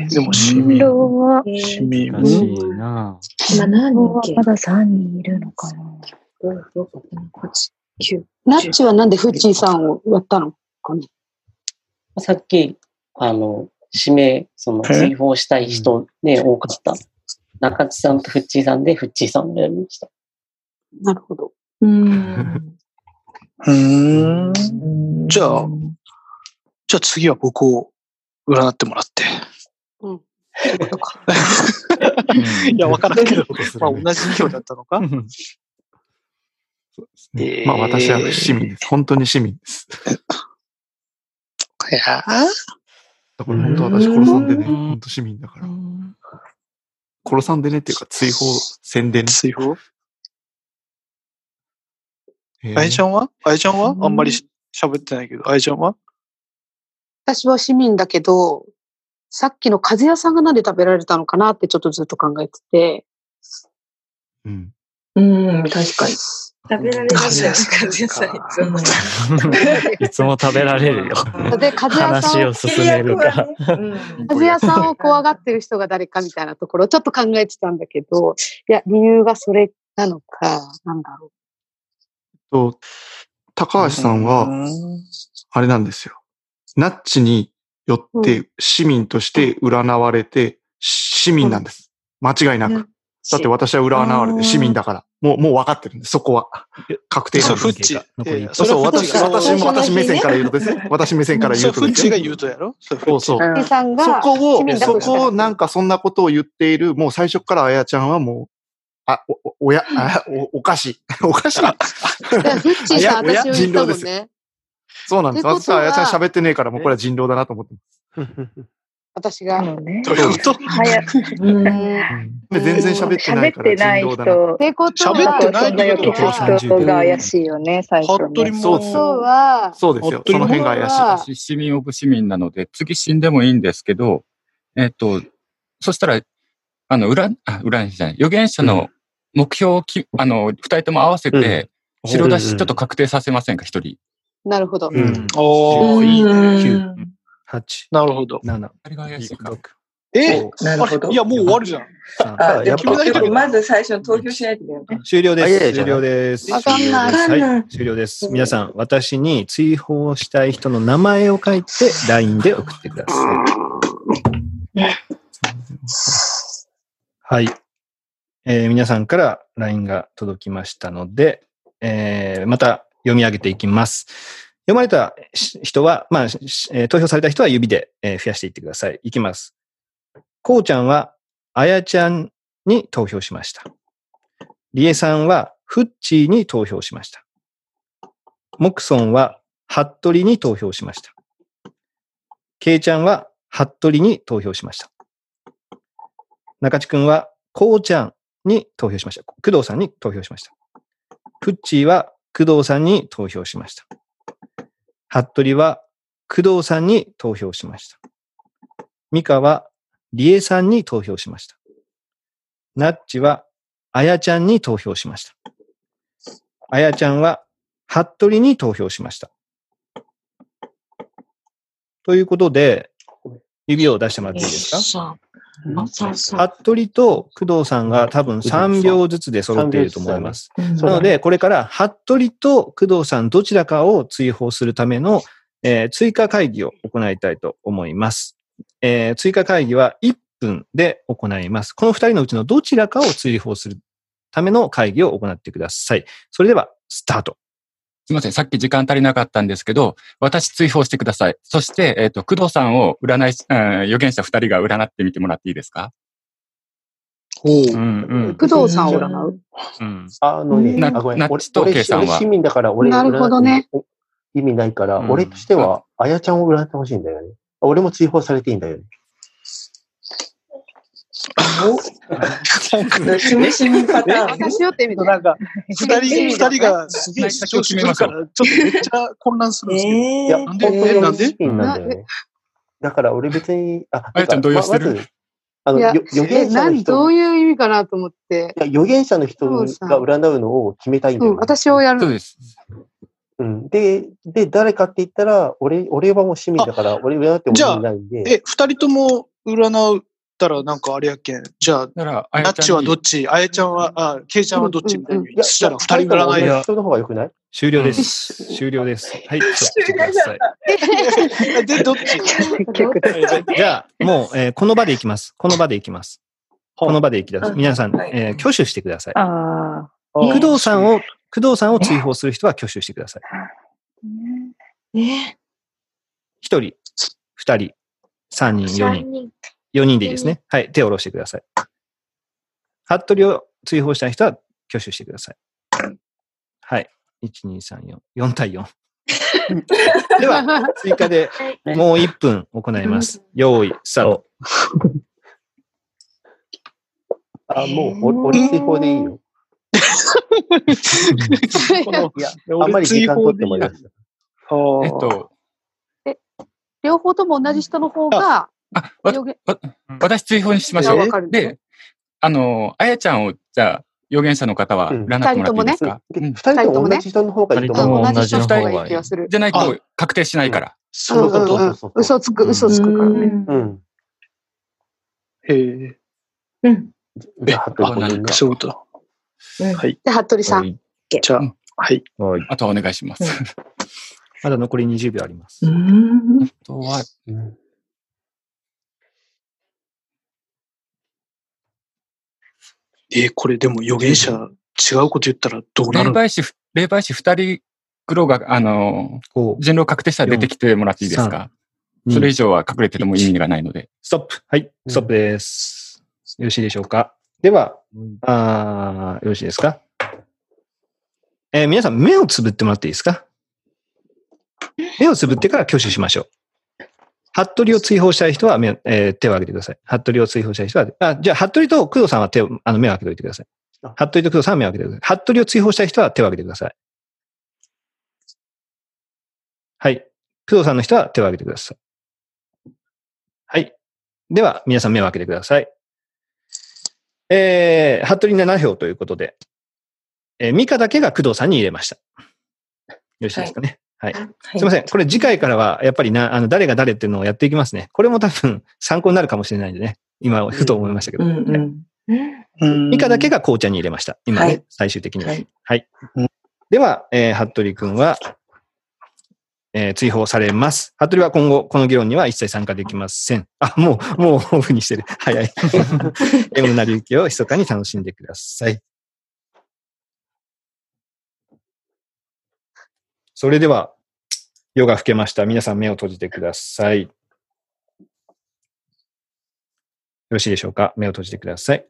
[SPEAKER 5] でも市民。
[SPEAKER 10] は、
[SPEAKER 5] 市民
[SPEAKER 6] 難しいな
[SPEAKER 10] 今何人はまだ3人いるのかな。
[SPEAKER 13] ナッチはなんでフッチーさんをやったのかね。
[SPEAKER 9] さっき、あの、指名、その、追放したい人で多かった。中地さんとフッチーさんで、フッチーさんを選びました。
[SPEAKER 13] なるほど。
[SPEAKER 5] うーん。じゃあ、じゃあ次は僕を占ってもらって。
[SPEAKER 13] うん。
[SPEAKER 5] いや、わからんけど、まあ同じ票だったのか
[SPEAKER 7] まあ私は市民です。本当に市民です。
[SPEAKER 5] いやー
[SPEAKER 7] だから本当私殺さんでね。本当市民だから。殺さんでねっていうか追放、宣伝。
[SPEAKER 5] 追放あやちゃんはあやちゃんはあんまりし喋ってないけど、あやちゃんは
[SPEAKER 13] 私は市民だけど、さっきの風屋さんがなんで食べられたのかなってちょっとずっと考えてて。
[SPEAKER 8] うん、確かに。
[SPEAKER 3] 食べられる
[SPEAKER 13] 風
[SPEAKER 3] じゃ
[SPEAKER 13] 邪
[SPEAKER 3] ん、風邪さんいつも。
[SPEAKER 6] いつも食べられるよ。
[SPEAKER 13] で、風屋さ
[SPEAKER 6] 話
[SPEAKER 13] ん
[SPEAKER 6] を
[SPEAKER 13] を、
[SPEAKER 6] 進めるか。
[SPEAKER 13] 風屋さんを怖がってる人が誰かみたいなところをちょっと考えてたんだけど、いや、理由がそれなのか、なんだろ
[SPEAKER 7] と、高橋さんは、あれなんですよ。ナッチによって市民として占われて、市民なんです。間違いなく。だって私は占われて市民だから。もう、もう分かってるんです、そこは。確定
[SPEAKER 5] そ
[SPEAKER 7] な
[SPEAKER 5] う、
[SPEAKER 7] ん
[SPEAKER 5] フ
[SPEAKER 7] で
[SPEAKER 5] ッチ
[SPEAKER 7] す。。
[SPEAKER 5] いや
[SPEAKER 7] そう、私、
[SPEAKER 5] フッチが
[SPEAKER 7] 私も、私目線から言うとですね。私目線から言うと
[SPEAKER 5] そう、フッ
[SPEAKER 7] です
[SPEAKER 5] チ
[SPEAKER 7] ね
[SPEAKER 5] が言うとやろ
[SPEAKER 7] そうそう
[SPEAKER 13] う。。風さ
[SPEAKER 7] そ
[SPEAKER 13] んが、
[SPEAKER 7] こ
[SPEAKER 13] 市民
[SPEAKER 7] を、
[SPEAKER 13] だと
[SPEAKER 7] そ
[SPEAKER 13] したら
[SPEAKER 7] こをなんかそんなことを言っている、もう最初からあやちゃんはもう、あ、お、おおや、あ、お、おかしい。おかしい。
[SPEAKER 13] フッチーさん、
[SPEAKER 7] いや
[SPEAKER 13] 私を言
[SPEAKER 7] 人
[SPEAKER 13] ったも
[SPEAKER 7] 狼
[SPEAKER 13] ん
[SPEAKER 7] で
[SPEAKER 13] ね。
[SPEAKER 7] そうなんです。
[SPEAKER 13] ってこ
[SPEAKER 7] 私
[SPEAKER 13] とは
[SPEAKER 7] はあやちゃん喋ってねえから、もうこれは人狼だなと思ってます。
[SPEAKER 13] 私が。
[SPEAKER 10] どういうこと早く。
[SPEAKER 7] で全然喋ってない
[SPEAKER 10] 喋っ
[SPEAKER 7] から
[SPEAKER 10] てない人
[SPEAKER 7] 人狼だな。
[SPEAKER 13] ってことは
[SPEAKER 10] だとそんな余計な人が怪しいよね、最初ね。
[SPEAKER 14] そうです
[SPEAKER 13] そうは、
[SPEAKER 7] そうですよ。その辺が怪しい。
[SPEAKER 14] 私、市民オブ市民なので、次死んでもいいんですけど、えっ、と、そしたら、あの、裏、あ、裏じゃない、預言者の目標をき、あの、二人とも合わせて、
[SPEAKER 13] うん
[SPEAKER 14] 白出しちょっと確定させませんか、一人。
[SPEAKER 13] なるほど。
[SPEAKER 5] おー、いいね。
[SPEAKER 2] 8。
[SPEAKER 5] なるほど。
[SPEAKER 2] 7。
[SPEAKER 14] あれが怪しいか。
[SPEAKER 5] え
[SPEAKER 8] なるほど。
[SPEAKER 5] いや、もう終わるじゃん。
[SPEAKER 8] あ、やっ
[SPEAKER 5] 決めな
[SPEAKER 8] ぱ、
[SPEAKER 5] い
[SPEAKER 8] や
[SPEAKER 5] と
[SPEAKER 8] っぱまず最初に投票しないといけないね。
[SPEAKER 2] 終了
[SPEAKER 8] あいやい
[SPEAKER 2] で
[SPEAKER 8] や
[SPEAKER 2] す。終了です。
[SPEAKER 8] わかんない
[SPEAKER 2] 終了で
[SPEAKER 8] わかん
[SPEAKER 2] すは
[SPEAKER 8] ない
[SPEAKER 2] い。終了です。皆さん、私に追放したい人の名前を書いて、LINE で送ってください。はい。えー皆さんから LINE が届きましたので、えーまた読み上げていきます。読まれたし人は、まあ、ししえー投票された人は指で、えー増やしていってください。いきます。こうちゃんは、あやちゃんに投票しました。りえさんは、フッチーに投票しました。モクソンは、ハットリに投票しました。ケイちゃんは、ハットリに投票しました。中地くんは、こうちゃんに投票しました。工藤さんに投票しました。フッチーは、工藤さんに投票しました。服部は、工藤さんに投票しました。ミカは、リエさんに投票しました。ナッチは、あやちゃんに投票しました。あやちゃんは、服部に投票しました。ということで、指を出してもらっていいですか服部と工藤さんが多分3秒ずつで揃っていると思います。なので、これから、服部と工藤さんどちらかを追放するための、えー追加会議を行いたいと思います。えー追加会議は1分で行います。この2人のうちのどちらかを追放するための会議を行ってください。それでは、スタート。
[SPEAKER 14] すみません。さっき時間足りなかったんですけど、私追放してください。そして、えっ、と、工藤さんを占い師、うん、預言者二人が占ってみてもらっていいですかうんうん。
[SPEAKER 13] 工藤さんを 占う
[SPEAKER 14] うん。
[SPEAKER 12] あのね、
[SPEAKER 14] な
[SPEAKER 12] あ、ごめん。
[SPEAKER 14] な
[SPEAKER 12] 俺
[SPEAKER 14] ちと
[SPEAKER 12] 俺
[SPEAKER 14] K さんは
[SPEAKER 12] 俺市民だから俺、
[SPEAKER 13] なるほどね
[SPEAKER 12] 占っても意味ないから、俺としては、あやちゃんを占ってほしいんだよね。俺も追放されていいんだよね。
[SPEAKER 8] 私も市民パターン。
[SPEAKER 13] 私よってみ
[SPEAKER 5] なんか、二人、二人がすげえ主張してくるから、ちょっとめっちゃ混乱するんですけど。
[SPEAKER 12] いや、本当に
[SPEAKER 5] えー
[SPEAKER 12] 俺
[SPEAKER 5] なんで
[SPEAKER 12] 市民なんだよね。だから俺別に、あ、
[SPEAKER 14] あやちゃん動揺してる
[SPEAKER 12] ままずあの、
[SPEAKER 13] いや
[SPEAKER 12] よ予
[SPEAKER 13] え
[SPEAKER 12] 言者
[SPEAKER 13] な
[SPEAKER 12] の
[SPEAKER 13] ん
[SPEAKER 12] 人
[SPEAKER 13] どういう意味かなと思って
[SPEAKER 12] い。や、預言者の人
[SPEAKER 13] そう
[SPEAKER 12] が
[SPEAKER 13] さ
[SPEAKER 12] 占うのを決めたいんだ
[SPEAKER 13] う
[SPEAKER 12] よ、
[SPEAKER 13] ん、私をやる。
[SPEAKER 14] です。
[SPEAKER 12] うん。で、で、誰かって言ったら、俺、俺はもう市民だから、俺占っても意味ないんで。
[SPEAKER 5] え、二人とも占ったらなんかあれやけん。じゃあ、
[SPEAKER 14] ナ
[SPEAKER 12] あやちゃんに
[SPEAKER 5] ッチはどっちあやちゃんは、あ、ケイちゃんはどっちみたいに。そしたら二人
[SPEAKER 12] の
[SPEAKER 5] 占い。
[SPEAKER 12] 人の方が良くない
[SPEAKER 2] 終了です。終了です。はい、ストップしてください。
[SPEAKER 5] で、どっち
[SPEAKER 2] じゃあ、もう、えーこの場でいきます。この場でいきます。この場でいきます。皆さん、えー挙手してください。
[SPEAKER 10] ああ。
[SPEAKER 2] 工藤さんを、工藤さんを追放する人は挙手してください。
[SPEAKER 3] え
[SPEAKER 2] 一人、二人、三人、四人。
[SPEAKER 11] 人。
[SPEAKER 2] 四人でいいですね。はい。手を下ろしてください。服部を追放した人は挙手してください。はい。一二三四四対四。では、追加でもう一分行います。用意、スタート。
[SPEAKER 12] あ、もう、俺、俺追放でいいよ。いや、あんまり時間取ってもらいました。
[SPEAKER 14] えっと、
[SPEAKER 13] 両方とも同じ人の方が、予言
[SPEAKER 14] わ私追放にしましょ
[SPEAKER 13] じゃあ
[SPEAKER 14] う
[SPEAKER 13] わかる。ん
[SPEAKER 14] で、あの、あやちゃんを、じゃあ、預言者の方は占ってもらっていいですか
[SPEAKER 12] 二人とも同じ人の方がいいと思う。
[SPEAKER 13] 同じ人の方がいい気がする。
[SPEAKER 14] じゃないと確定しないから。
[SPEAKER 13] うんうんうん嘘つく、嘘つくからね。
[SPEAKER 12] うん。
[SPEAKER 5] へえ。
[SPEAKER 13] うん。
[SPEAKER 12] じゃあ、服部
[SPEAKER 14] 何か
[SPEAKER 5] そういうこと
[SPEAKER 13] はい。じゃあ、服部さん。
[SPEAKER 5] じゃあ、はい。
[SPEAKER 14] あとはお願いします。
[SPEAKER 2] まだ残り20秒あります。
[SPEAKER 14] あとは、
[SPEAKER 5] え、これでも預言者違うこと言ったらどうな
[SPEAKER 14] 霊
[SPEAKER 5] る
[SPEAKER 14] 媒師、霊媒師二人、黒が、あの、
[SPEAKER 2] 人
[SPEAKER 14] 狼確定したら出てきてもらっていいですか
[SPEAKER 2] 二
[SPEAKER 14] それ以上は隠れてても意味がないので。
[SPEAKER 2] ストップ。はい、ストップです。よろしいでしょうか。では、あーよろしいですか。えー皆さん、目をつぶってもらっていいですか。目をつぶってから挙手しましょう。服部を追放したい人は目、えー手を挙げてください。服部を追放したい人は、あじゃあ、服部と工藤さんは手を、あの、目を開けておいてください。服部と工藤さんは目を開けてください。服部を追放したい人は手を挙げてください。はい。工藤さんの人は手を挙げてください。はい。では、皆さん目を開けてください。えー、服部7票ということで、えー、ミカだけが工藤さんに入れました。よろしいですかね。はい。すいません。これ次回からは、やっぱりな、あの、誰が誰っていうのをやっていきますね。これも多分参考になるかもしれないんでね。今、ふと思いましたけど。はいミカだけが紅茶に入れました。今ね、
[SPEAKER 15] はい
[SPEAKER 2] 最終的には。はい。では、えー、服部くんは、えー追放されます。服部は今後、この議論には一切参加できません。あ、もう、もうオフにしてる。早い。M の成り行きを密かに楽しんでください。それでは、夜が更けました。皆さん目を閉じてください。よろしいでしょうか目を閉じてください。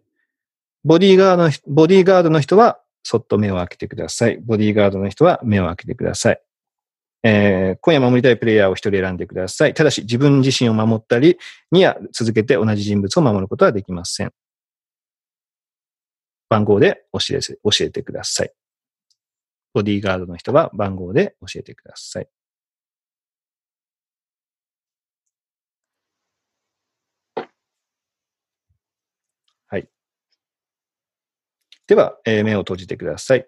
[SPEAKER 2] ボディーガードの人、ボディーガードの人は、そっと目を開けてください。ボディーガードの人は目を開けてください。えー今夜守りたいプレイヤーを一人選んでください。ただし、自分自身を守ったり、には続けて同じ人物を守ることはできません。番号で教えて教えてください。ボディーガードの人は番号で教えてください。はい。では、えー目を閉じてください。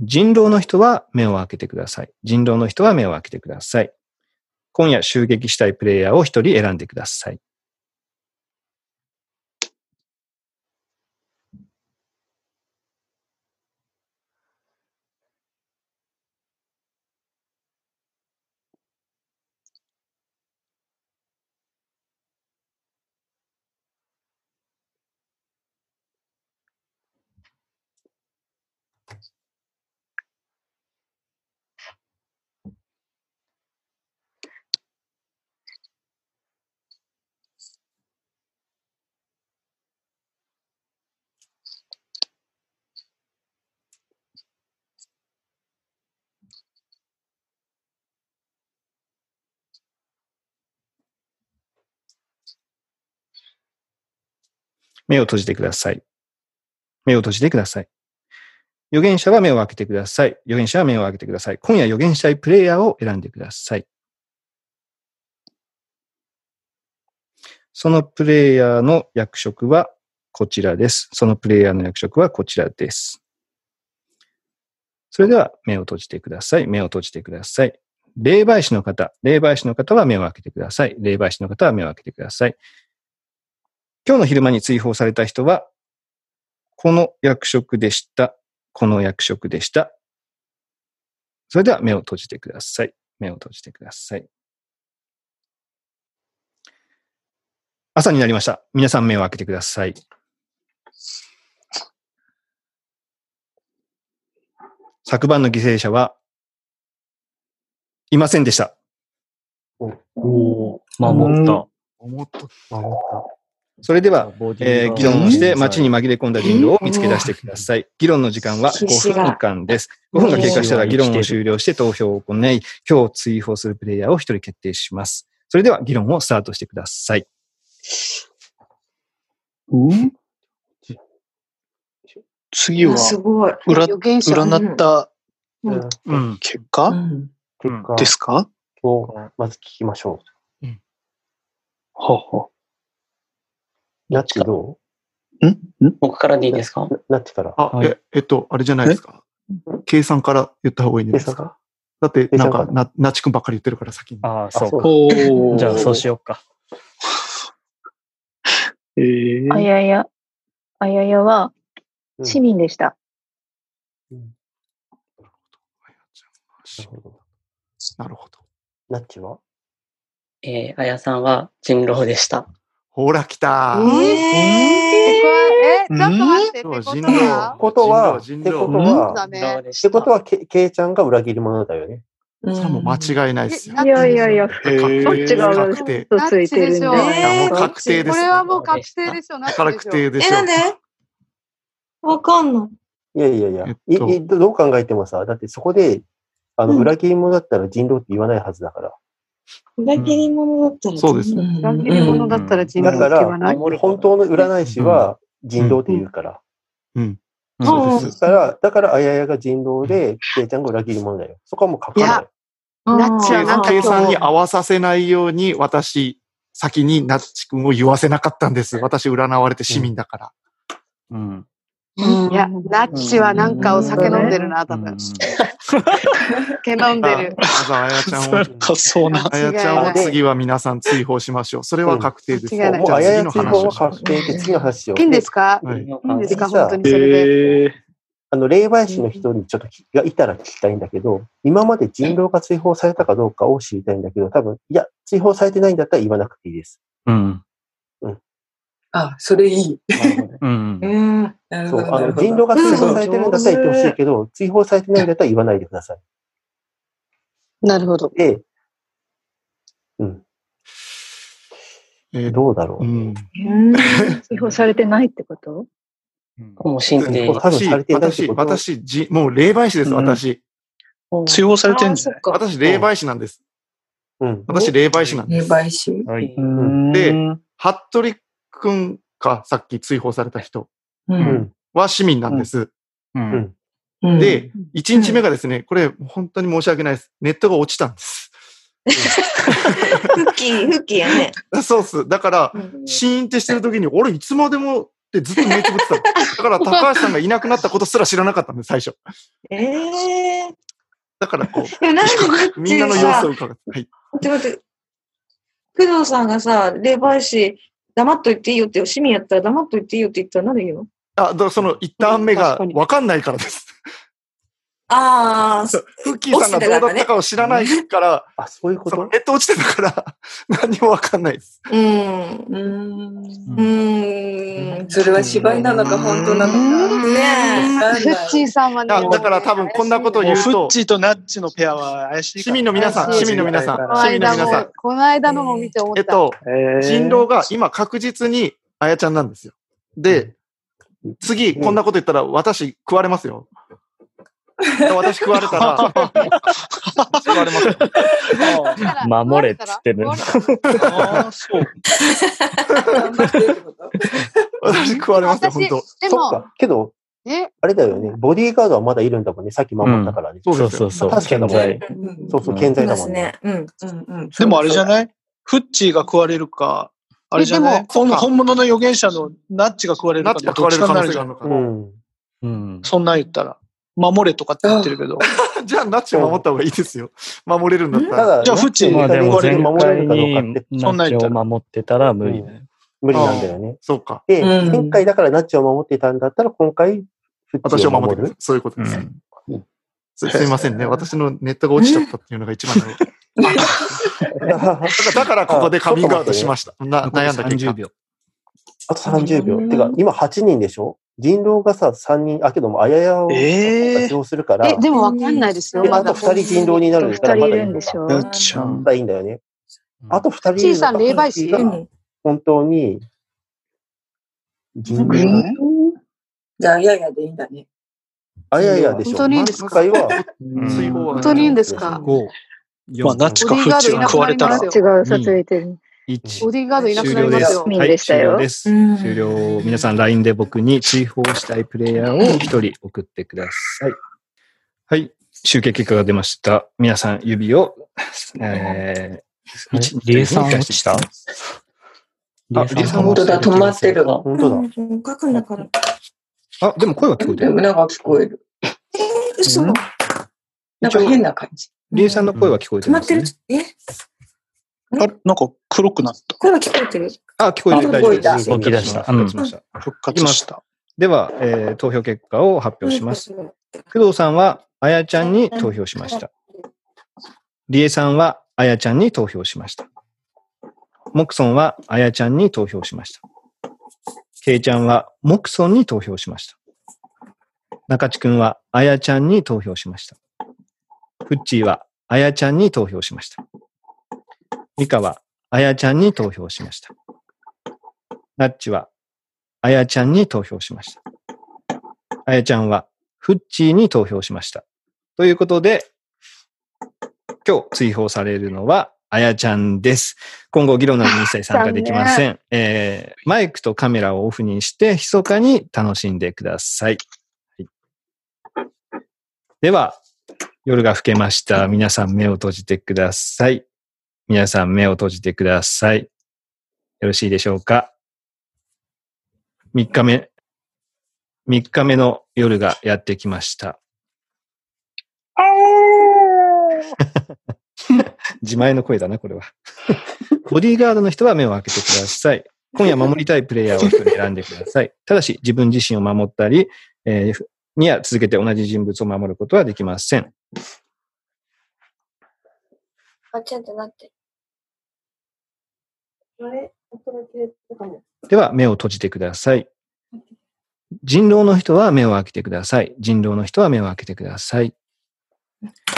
[SPEAKER 2] 人狼の人は目を開けてください。人狼の人は目を開けてください。今夜襲撃したいプレイヤーを一人選んでください。目を閉じてください。目を閉じてください。預言者は目を開けてください。預言者は目を開けてください。今夜預言したいプレイヤーを選んでください。そのプレイヤーの役職はこちらです。そのプレイヤーの役職はこちらです。それでは目を閉じてください。目を閉じてください。霊媒師の方、霊媒師の方は目を開けてください。霊媒師の方は目を開けてください。今日の昼間に追放された人は、この役職でした。この役職でした。それでは目を閉じてください。目を閉じてください。朝になりました。皆さん目を開けてください。昨晩の犠牲者は、いませんでした。
[SPEAKER 6] おー守った。
[SPEAKER 7] 思った。
[SPEAKER 2] それでは、えー議論をして
[SPEAKER 6] うん
[SPEAKER 2] 街に紛れ込んだ人狼を見つけ出してください。議論の時間は5分間です。5分が経過したら議論を終了して投票を行い、今日追放するプレイヤーを1人決定します。それでは議論をスタートしてください。
[SPEAKER 5] 次は
[SPEAKER 8] あすごい、
[SPEAKER 5] 占
[SPEAKER 8] 予言者
[SPEAKER 5] 占った
[SPEAKER 8] うん
[SPEAKER 5] 結果、ですか
[SPEAKER 12] を、まず聞きましょ
[SPEAKER 5] う。はあはあ
[SPEAKER 12] なってど
[SPEAKER 7] ん
[SPEAKER 9] 僕からでいいですか
[SPEAKER 12] なってから。
[SPEAKER 7] あ、え、えっと、あれじゃないですか。計算から言った方がいいんじゃないですか。だって、なんか、な、なちくんばっかり言ってるから先に。
[SPEAKER 6] ああ、
[SPEAKER 7] そうか
[SPEAKER 6] そう か。じゃあ、そうしようか。
[SPEAKER 7] え
[SPEAKER 10] あやや、あややは市民でした。
[SPEAKER 7] なるほど。
[SPEAKER 12] なっちは
[SPEAKER 9] えー、あやさんは人狼でした。
[SPEAKER 7] ほら、来た
[SPEAKER 13] え、ちょっと待って。
[SPEAKER 7] 今日は人
[SPEAKER 12] ってことは、ってことは、ってことは、けけいちゃんが裏切り者だよね。
[SPEAKER 7] それはもう間違いないですよ。
[SPEAKER 10] いやいやいや、
[SPEAKER 7] えー
[SPEAKER 10] こっちが
[SPEAKER 7] 確定
[SPEAKER 10] 嘘ついてるんで。
[SPEAKER 7] いやもう確定です。
[SPEAKER 13] これはもう確定でしょ。なってるでしょ
[SPEAKER 7] 確定です
[SPEAKER 3] え、なんでわかんない。
[SPEAKER 12] いやいやいや、いいどどう考えてもさ、だってそこで、あの、裏切り者だったら人狼って言わないはずだから。
[SPEAKER 8] 裏切り者だったら、
[SPEAKER 7] そうです
[SPEAKER 8] ね。
[SPEAKER 13] 裏切り者だったら人道
[SPEAKER 12] だ
[SPEAKER 13] 的
[SPEAKER 12] か
[SPEAKER 13] は
[SPEAKER 12] ら、
[SPEAKER 13] ない。
[SPEAKER 12] 本当の占い師は人道って言うから。
[SPEAKER 7] うん。
[SPEAKER 12] そうです。だから、だから、あややが人道で、けいちゃんが裏切り者だよ。そこはもう書かない。
[SPEAKER 13] なっちゃんなんか
[SPEAKER 7] 計
[SPEAKER 13] 今
[SPEAKER 7] 算に
[SPEAKER 13] 日、
[SPEAKER 7] 合わさせないように、私、先になっちくんを言わせなかったんです。私、占われて市民だから。うん。
[SPEAKER 13] いや、なっちはなんかお酒飲んでるな、多分。酒飲んでる。
[SPEAKER 7] まずあやちゃんを。そうな。あやちゃんを次は皆さん追放しましょう。それは確定です。
[SPEAKER 13] 間違いない
[SPEAKER 12] もう、あやや
[SPEAKER 7] じゃ
[SPEAKER 12] 追
[SPEAKER 7] あ次
[SPEAKER 12] 放
[SPEAKER 7] の
[SPEAKER 12] は
[SPEAKER 7] 話を
[SPEAKER 12] 確定で、次の話を。
[SPEAKER 13] いいんですか
[SPEAKER 12] はい
[SPEAKER 13] いいんですか
[SPEAKER 12] 次さ
[SPEAKER 13] 本当にそれで。
[SPEAKER 12] あの、霊媒師の人にちょっときがいたら聞きたいんだけど、今まで人狼が追放されたかどうかを知りたいんだけど、多分、いや、追放されてないんだったら言わなくていいです。
[SPEAKER 6] うん。
[SPEAKER 8] あ、それいい。
[SPEAKER 6] うん。
[SPEAKER 8] うん。なる
[SPEAKER 12] そ
[SPEAKER 8] ほ
[SPEAKER 12] う、
[SPEAKER 8] ど。
[SPEAKER 12] あ
[SPEAKER 8] なる
[SPEAKER 12] の、
[SPEAKER 8] ほど
[SPEAKER 12] 人狼が追放されてるんだったら言ってほしいけど、追放されてないんだったら言わないでください。
[SPEAKER 13] なるほど。
[SPEAKER 12] で、うん。どうだろうね。
[SPEAKER 10] 追放されてないってこと
[SPEAKER 12] も
[SPEAKER 9] 神経
[SPEAKER 7] 私、私、私、じもう霊媒師です、私。
[SPEAKER 5] 追放されてるんじゃない
[SPEAKER 7] 私、霊媒師なんです。私、霊媒師なんです。
[SPEAKER 8] 霊媒師
[SPEAKER 7] はい。で、服部くんか、さっき追放された人
[SPEAKER 8] うん
[SPEAKER 7] は市民なんです。
[SPEAKER 8] うん
[SPEAKER 7] で、1日目がですね、これ、本当に申し訳ないです。ネットが落ちたんです。
[SPEAKER 3] 復帰、復帰やね。
[SPEAKER 7] そうっす。だから、シーンってしてる時に、俺、いつまでもってずっと目つぶってたの。だから、高橋さんがいなくなったことすら知らなかったんです、最初。
[SPEAKER 3] ええ
[SPEAKER 7] だから、こ
[SPEAKER 3] ー。でもなんで
[SPEAKER 7] う、みんなの様子を伺って。はい。
[SPEAKER 3] 待って待って。工藤さんがさ、霊媒師、黙っといていいよって、市民やったら黙っといていいよって言ったらなんで言うの
[SPEAKER 7] あ、だその、一旦目が分かんないからです。
[SPEAKER 3] ああ、
[SPEAKER 7] フッキーさんがどうだったかを知らないから、
[SPEAKER 12] あ、そういうこと
[SPEAKER 7] ネット落ちてたから、 何も分かんないです。
[SPEAKER 3] うん。
[SPEAKER 8] うん。それは芝居なのか、本当なのか。ね
[SPEAKER 13] フッチーさんはね、
[SPEAKER 8] いやだから多分
[SPEAKER 7] こんなことを
[SPEAKER 5] も
[SPEAKER 7] 言
[SPEAKER 5] う
[SPEAKER 7] う
[SPEAKER 5] フッ
[SPEAKER 7] と、
[SPEAKER 5] チーとナッチのペアは怪しいか
[SPEAKER 7] 市
[SPEAKER 5] ら。
[SPEAKER 7] 民の皆さん、市民の皆さん、
[SPEAKER 13] この
[SPEAKER 7] 市民の
[SPEAKER 13] 間
[SPEAKER 7] 皆さん
[SPEAKER 13] も、、この間のも見て思った。
[SPEAKER 7] えっと、人狼が今確実にあやちゃんなんですよ。で、次、こんなこと言ったら私食われますよ。私食われたら、食われますよ。
[SPEAKER 15] 守れっつってる。
[SPEAKER 7] 私食われますよ、本当。
[SPEAKER 13] で
[SPEAKER 12] そっか、けど、
[SPEAKER 13] え
[SPEAKER 12] あれだよね、ボディーガードはまだいるんだもんね、さっき守ったからね。
[SPEAKER 15] うんそうそうそう
[SPEAKER 12] まあ確かにだもんね
[SPEAKER 15] 健
[SPEAKER 12] そうそう、健在だもんね。
[SPEAKER 3] ね。うん。うんうん。
[SPEAKER 5] でもあれじゃないフッチーが食われるか、あれじゃな
[SPEAKER 13] えで
[SPEAKER 5] い
[SPEAKER 13] も
[SPEAKER 5] この本物の預言者のナッチが食われるか
[SPEAKER 7] ナッチが食われる可能性があるのか
[SPEAKER 5] どっちになるじゃんそんなん言ったら、守れとかって言ってるけど。
[SPEAKER 7] じゃあ、ナッチ守った方がいいですよ。守れるんだった
[SPEAKER 5] た
[SPEAKER 7] ら。
[SPEAKER 5] だじゃあフッチ
[SPEAKER 15] まあでも、前
[SPEAKER 12] 守れ
[SPEAKER 15] 回
[SPEAKER 12] るかどうかっ
[SPEAKER 15] に
[SPEAKER 12] て
[SPEAKER 15] ナッチを守ってたら無理だよ。
[SPEAKER 12] 無理なんだよね。
[SPEAKER 7] そうか。
[SPEAKER 12] で、
[SPEAKER 15] うん
[SPEAKER 12] 前回だからナッチを守ってたんだったら、今回、フッ
[SPEAKER 7] 私
[SPEAKER 12] チ
[SPEAKER 7] を
[SPEAKER 12] ーを
[SPEAKER 7] 守って
[SPEAKER 12] 守
[SPEAKER 7] くだ
[SPEAKER 12] る
[SPEAKER 7] さい。そういうことです。すすいませんね。私のネットが落ちちゃったっていうのが一番の。だ から、だからここでカミングアウトしました。な悩んだ結果。
[SPEAKER 12] 秒。あと30秒。てか、今8人でしょ人狼がさ、3人、あ、けども、あややを活用するから。
[SPEAKER 13] え、でもわかんないですよ、
[SPEAKER 12] で
[SPEAKER 13] ま
[SPEAKER 12] あ
[SPEAKER 13] だ。
[SPEAKER 12] と2人人狼になるからまだいいのか。
[SPEAKER 5] よっちゃん
[SPEAKER 12] まだいいんだよね。あと2人いる
[SPEAKER 13] ちいさん、霊媒師
[SPEAKER 12] が本当に人狼
[SPEAKER 8] じゃあ、いやいやでいいんだね。
[SPEAKER 12] あややでしょ。
[SPEAKER 13] 本当にいいんですか
[SPEAKER 12] 今回は、
[SPEAKER 13] 本当にいいんですか
[SPEAKER 5] まあ、ナッチかフッチーが食われたら。
[SPEAKER 10] 違う、殺意てる。
[SPEAKER 13] ボディーガードいなくなりますよ。
[SPEAKER 2] はい、終了です。終了。皆さん、LINE で僕に追放したいプレイヤーを一人送ってください。はい、集計結果が出ました。皆さん、指を、えー、一
[SPEAKER 6] リエさん落ちた
[SPEAKER 2] あ、リエさん
[SPEAKER 8] 本当だ、止まってる。
[SPEAKER 12] 本
[SPEAKER 3] うん書くんだから。
[SPEAKER 2] だ。あ、でも声は聞こえて
[SPEAKER 8] で
[SPEAKER 2] る。
[SPEAKER 8] もなんか聞こえる。
[SPEAKER 3] 嘘。
[SPEAKER 8] なんか変な感じ。
[SPEAKER 2] リエさんの声は聞こえて
[SPEAKER 3] 止ま
[SPEAKER 2] ま
[SPEAKER 3] っ
[SPEAKER 2] す
[SPEAKER 3] てる
[SPEAKER 2] ね。。
[SPEAKER 3] え
[SPEAKER 5] あれなんか黒くなった。
[SPEAKER 3] 声は聞こえてる
[SPEAKER 2] あ、聞こえてる。大丈夫です。
[SPEAKER 5] 動き出した
[SPEAKER 2] 復活しました。
[SPEAKER 5] 復活し
[SPEAKER 2] した。では、えー投票結果を発表します。工藤さんは、あやちゃんに投票しました。りえさんは、あやちゃんに投票しました。もくそんは、あやちゃんに投票しました。けいちゃんは、もくそんに投票しました。中地くんは、あやちゃんに投票しました。ふっちーは、あやちゃんに投票しました。りかは、あやちゃんに投票しました。なっちは、あやちゃんに投票しました。あやちゃんは、フッチーに投票しました。ということで、今日追放されるのは、あやちゃんです。今後、議論などに一切参加できません。
[SPEAKER 16] 残
[SPEAKER 2] えーマイクとカメラをオフにして、密かに楽しんでください。はいでは、夜が更けました。皆さん目を閉じてください。皆さん目を閉じてください。よろしいでしょうか ?3 日目、3日目の夜がやってきました。自前の声だな、これは。ボディーガードの人は目を開けてください。今夜守りたいプレイヤーを一人選んでください。ただし、自分自身を守ったり、えーには続けて同じ人物を守ることはできません。
[SPEAKER 11] あ、ちゃんとなって。あれ音が切れたかも。
[SPEAKER 2] では、目を閉じてください。人狼の人は目を開けてください。人狼の人は目を開けてください。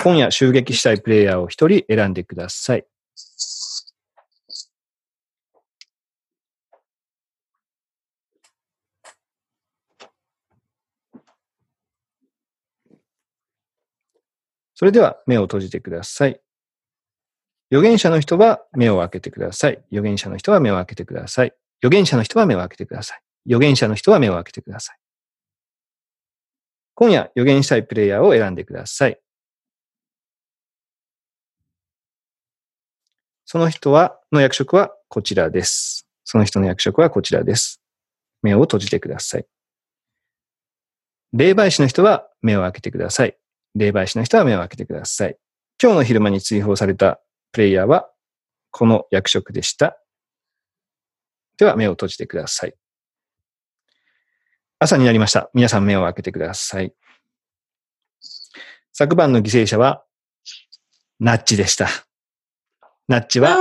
[SPEAKER 2] 今夜襲撃したいプレイヤーを一人選んでください。それでは目を閉じてください。預言者の人は目を開けてください。預言者の人は目を開けてください。預言者の人は目を開けてください。預言者の人は目を開けてください。今夜、預言したいプレイヤーを選んでください。その人は、の役職はこちらです。その人の役職はこちらです。目を閉じてください。霊媒師の人は目を開けてください。霊媒師の人は目を開けてください。今日の昼間に追放されたプレイヤーは、この役職でした。では、目を閉じてください。朝になりました。皆さん目を開けてください。昨晩の犠牲者は、ナッチでした。ナッチは、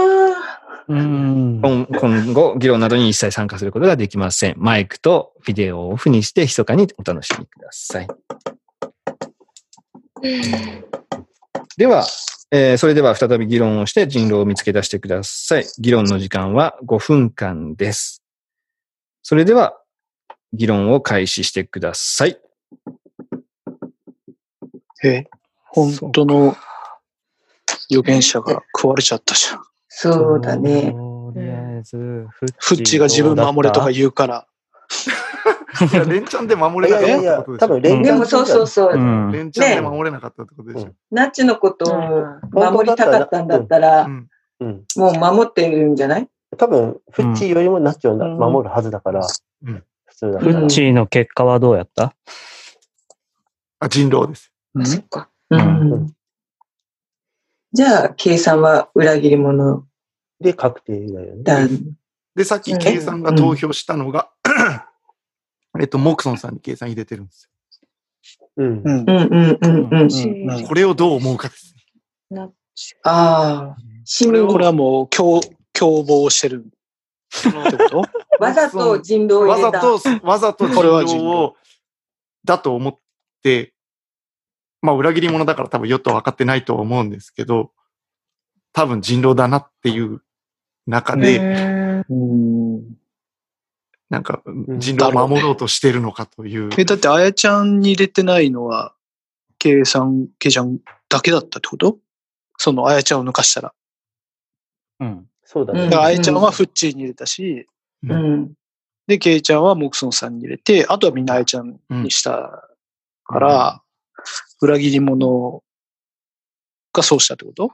[SPEAKER 2] 今今後、議論などに一切参加することができません。マイクとビデオをオフにして、密かにお楽しみください。では、えーそれでは再び議論をして人狼を見つけ出してください。議論の時間は5分間です。それでは、議論を開始してください。
[SPEAKER 5] え、本当の預言者が食われちゃったじゃん。
[SPEAKER 8] そうだね。
[SPEAKER 5] フッチが自分守れとか言うから。
[SPEAKER 7] いや、連チャンで守れなかったってことでしょ。
[SPEAKER 5] いやいやいや多分連チャン
[SPEAKER 8] でもそうそうそう
[SPEAKER 7] うん
[SPEAKER 8] ね
[SPEAKER 7] 連チャンで守れなかったってことでしょ。
[SPEAKER 8] ナッチのことを守りたかったんだったら、も
[SPEAKER 12] うん。
[SPEAKER 8] う守ってるんじゃない
[SPEAKER 12] 多分、フッチーよりもナッチをな守るはずだから、普通だった
[SPEAKER 15] フ
[SPEAKER 12] ら
[SPEAKER 15] ッチーの結果はどうやった
[SPEAKER 7] あ、人狼です。
[SPEAKER 8] そっか。うん。じゃあ、計算は裏切り者。
[SPEAKER 12] で、確定だよね。
[SPEAKER 7] で、さっき、計算が投票したのが、 えっと、モクソンさんに計算入れてるんです
[SPEAKER 12] よ。うん。
[SPEAKER 7] うん
[SPEAKER 8] うんうんうん
[SPEAKER 7] うん。これをどう思うかです。
[SPEAKER 8] ああ。
[SPEAKER 5] これこれはもう共、共謀してる。
[SPEAKER 8] わざと人狼を
[SPEAKER 7] わ
[SPEAKER 8] 入れ
[SPEAKER 7] ざ
[SPEAKER 8] た。
[SPEAKER 7] と、わざと人
[SPEAKER 5] これは人
[SPEAKER 7] 狼を、だと思って、まあ、裏切り者だから多分よっと分かってないとは思うんですけど、多分人狼だなっていう中で、なんか、人狼を守ろうとしてるのかという。
[SPEAKER 5] え、だって、あやちゃんに入れてないのは、計算、計算だけだったってことその、あやちゃんを抜かしたら。
[SPEAKER 15] うん。
[SPEAKER 12] そうだね。
[SPEAKER 5] だからあやちゃんはフッチーに入れたし、
[SPEAKER 8] うん。
[SPEAKER 5] で、ケイちゃんはモクソンさんに入れて、あとはみんなあやちゃんにしたから、裏切り者がそうしたってこと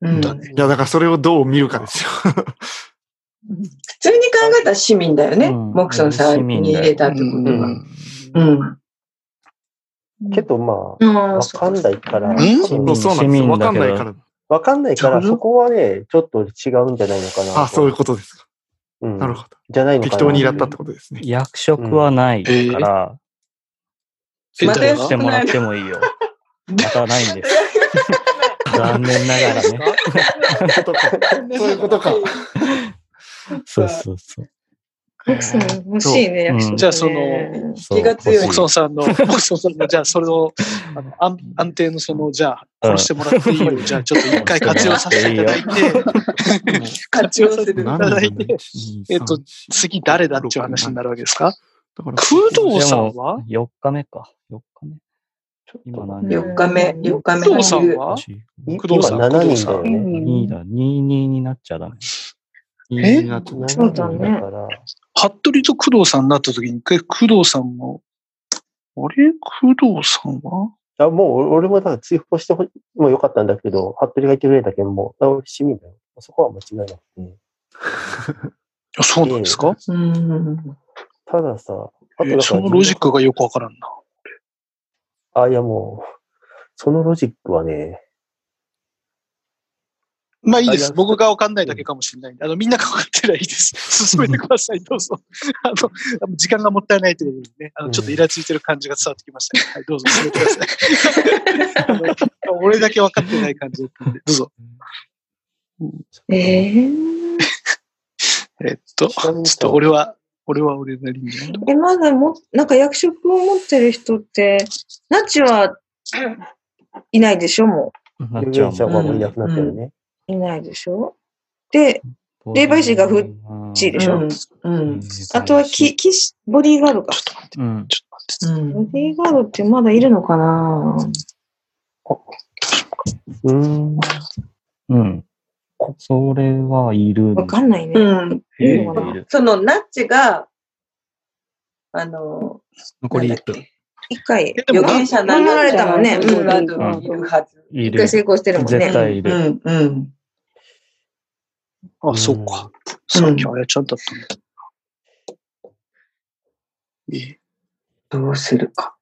[SPEAKER 8] うん
[SPEAKER 7] いや、だからそれをどう見るかですよ。
[SPEAKER 8] 普通に考えたら市民だよね。モクソンさんに入れたってことは。うん。
[SPEAKER 12] けどま
[SPEAKER 8] うん
[SPEAKER 12] あ、わかんないから。
[SPEAKER 8] ん
[SPEAKER 12] 多分
[SPEAKER 7] そうそうなんですよわかんないから。
[SPEAKER 12] わかんないから、そこはね、ちょっと違うんじゃないのかな。
[SPEAKER 7] あ、そういうことですか。
[SPEAKER 12] うん
[SPEAKER 7] なるほど。
[SPEAKER 12] じゃないのかな。
[SPEAKER 7] 適当にやったってことですね。
[SPEAKER 15] 役職はないから、
[SPEAKER 7] えー
[SPEAKER 15] 選択してもらってもいいよ。またないんです。 残念ながらね。
[SPEAKER 7] そういうことか。
[SPEAKER 15] そうそうそう。
[SPEAKER 3] 奥さん欲しいね、役所、ね。
[SPEAKER 5] じゃあ、その、
[SPEAKER 15] 気が強い
[SPEAKER 5] モクソンさんの、モクソンさんの、じゃあ、それを、あの安安定の、その、じゃあ、殺してもらっていいよ。じゃあ、ちょっと一回活用させていただいて、活用させていただいて、えっと、次誰だっていう話になるわけですか
[SPEAKER 7] 工
[SPEAKER 5] 藤さんは
[SPEAKER 15] でも ?4 日目か。4日目。
[SPEAKER 8] 4日目、4日目
[SPEAKER 5] 工藤さんは
[SPEAKER 12] 工藤さん
[SPEAKER 8] 今
[SPEAKER 12] 7
[SPEAKER 8] 7
[SPEAKER 12] 人だよね。
[SPEAKER 15] 2だ、22になっちゃダメ。
[SPEAKER 5] え
[SPEAKER 12] そうだね。
[SPEAKER 5] 服部と工藤さんになった時に、一回工藤さんも、あれ工藤さんは
[SPEAKER 12] あもう俺もだから追放してほもよかったんだけど、服部が言ってくれたけんもう、あ市民だよ。そこは間違いなくて。
[SPEAKER 5] そうなんですか、
[SPEAKER 12] たださ、あ
[SPEAKER 5] えそのロジックがよくわからんな。
[SPEAKER 12] あ、いやもう、そのロジックはね、
[SPEAKER 5] まあいいです。僕がわかんないだけかもしれないんで。あの、みんながわかってりゃいいです。進めてください。どうぞ。あの、あの時間がもったいないということでね。あの、ちょっとイラついてる感じが伝わってきました、ねはい、どうぞ進めてください。あの俺だけわかってない感じだったんで。どうぞ。
[SPEAKER 3] えー、
[SPEAKER 5] えっと、ちょっと俺は、俺は俺なりに。
[SPEAKER 3] え、まだも、なんか役職を持ってる人って、ナチはいないでしょ、も
[SPEAKER 12] 有限者はもういなくなったよね。
[SPEAKER 3] う。いないでしょ。で、霊媒師がフッチーでしょ。
[SPEAKER 8] うん。
[SPEAKER 3] あとはき、騎士、ボディーガードか。
[SPEAKER 15] うん。
[SPEAKER 3] ボディーガードってまだいるのかな
[SPEAKER 12] うん。
[SPEAKER 15] うん。それはいる。
[SPEAKER 3] わかんないね。
[SPEAKER 8] うん。
[SPEAKER 15] いるいるいる。
[SPEAKER 8] そのナッチが、あの、
[SPEAKER 15] 残り1分。
[SPEAKER 3] 一回、
[SPEAKER 8] 予言者な
[SPEAKER 3] 守られたもんね。
[SPEAKER 8] う
[SPEAKER 3] うん
[SPEAKER 8] ん、あ
[SPEAKER 3] うん
[SPEAKER 8] といるはず。
[SPEAKER 15] い
[SPEAKER 3] 一回成功してるもんね。
[SPEAKER 15] 絶対いる。
[SPEAKER 8] うん、うん。
[SPEAKER 5] あ、そうか。さっきあやちゃんだったんだ。
[SPEAKER 8] どうするか。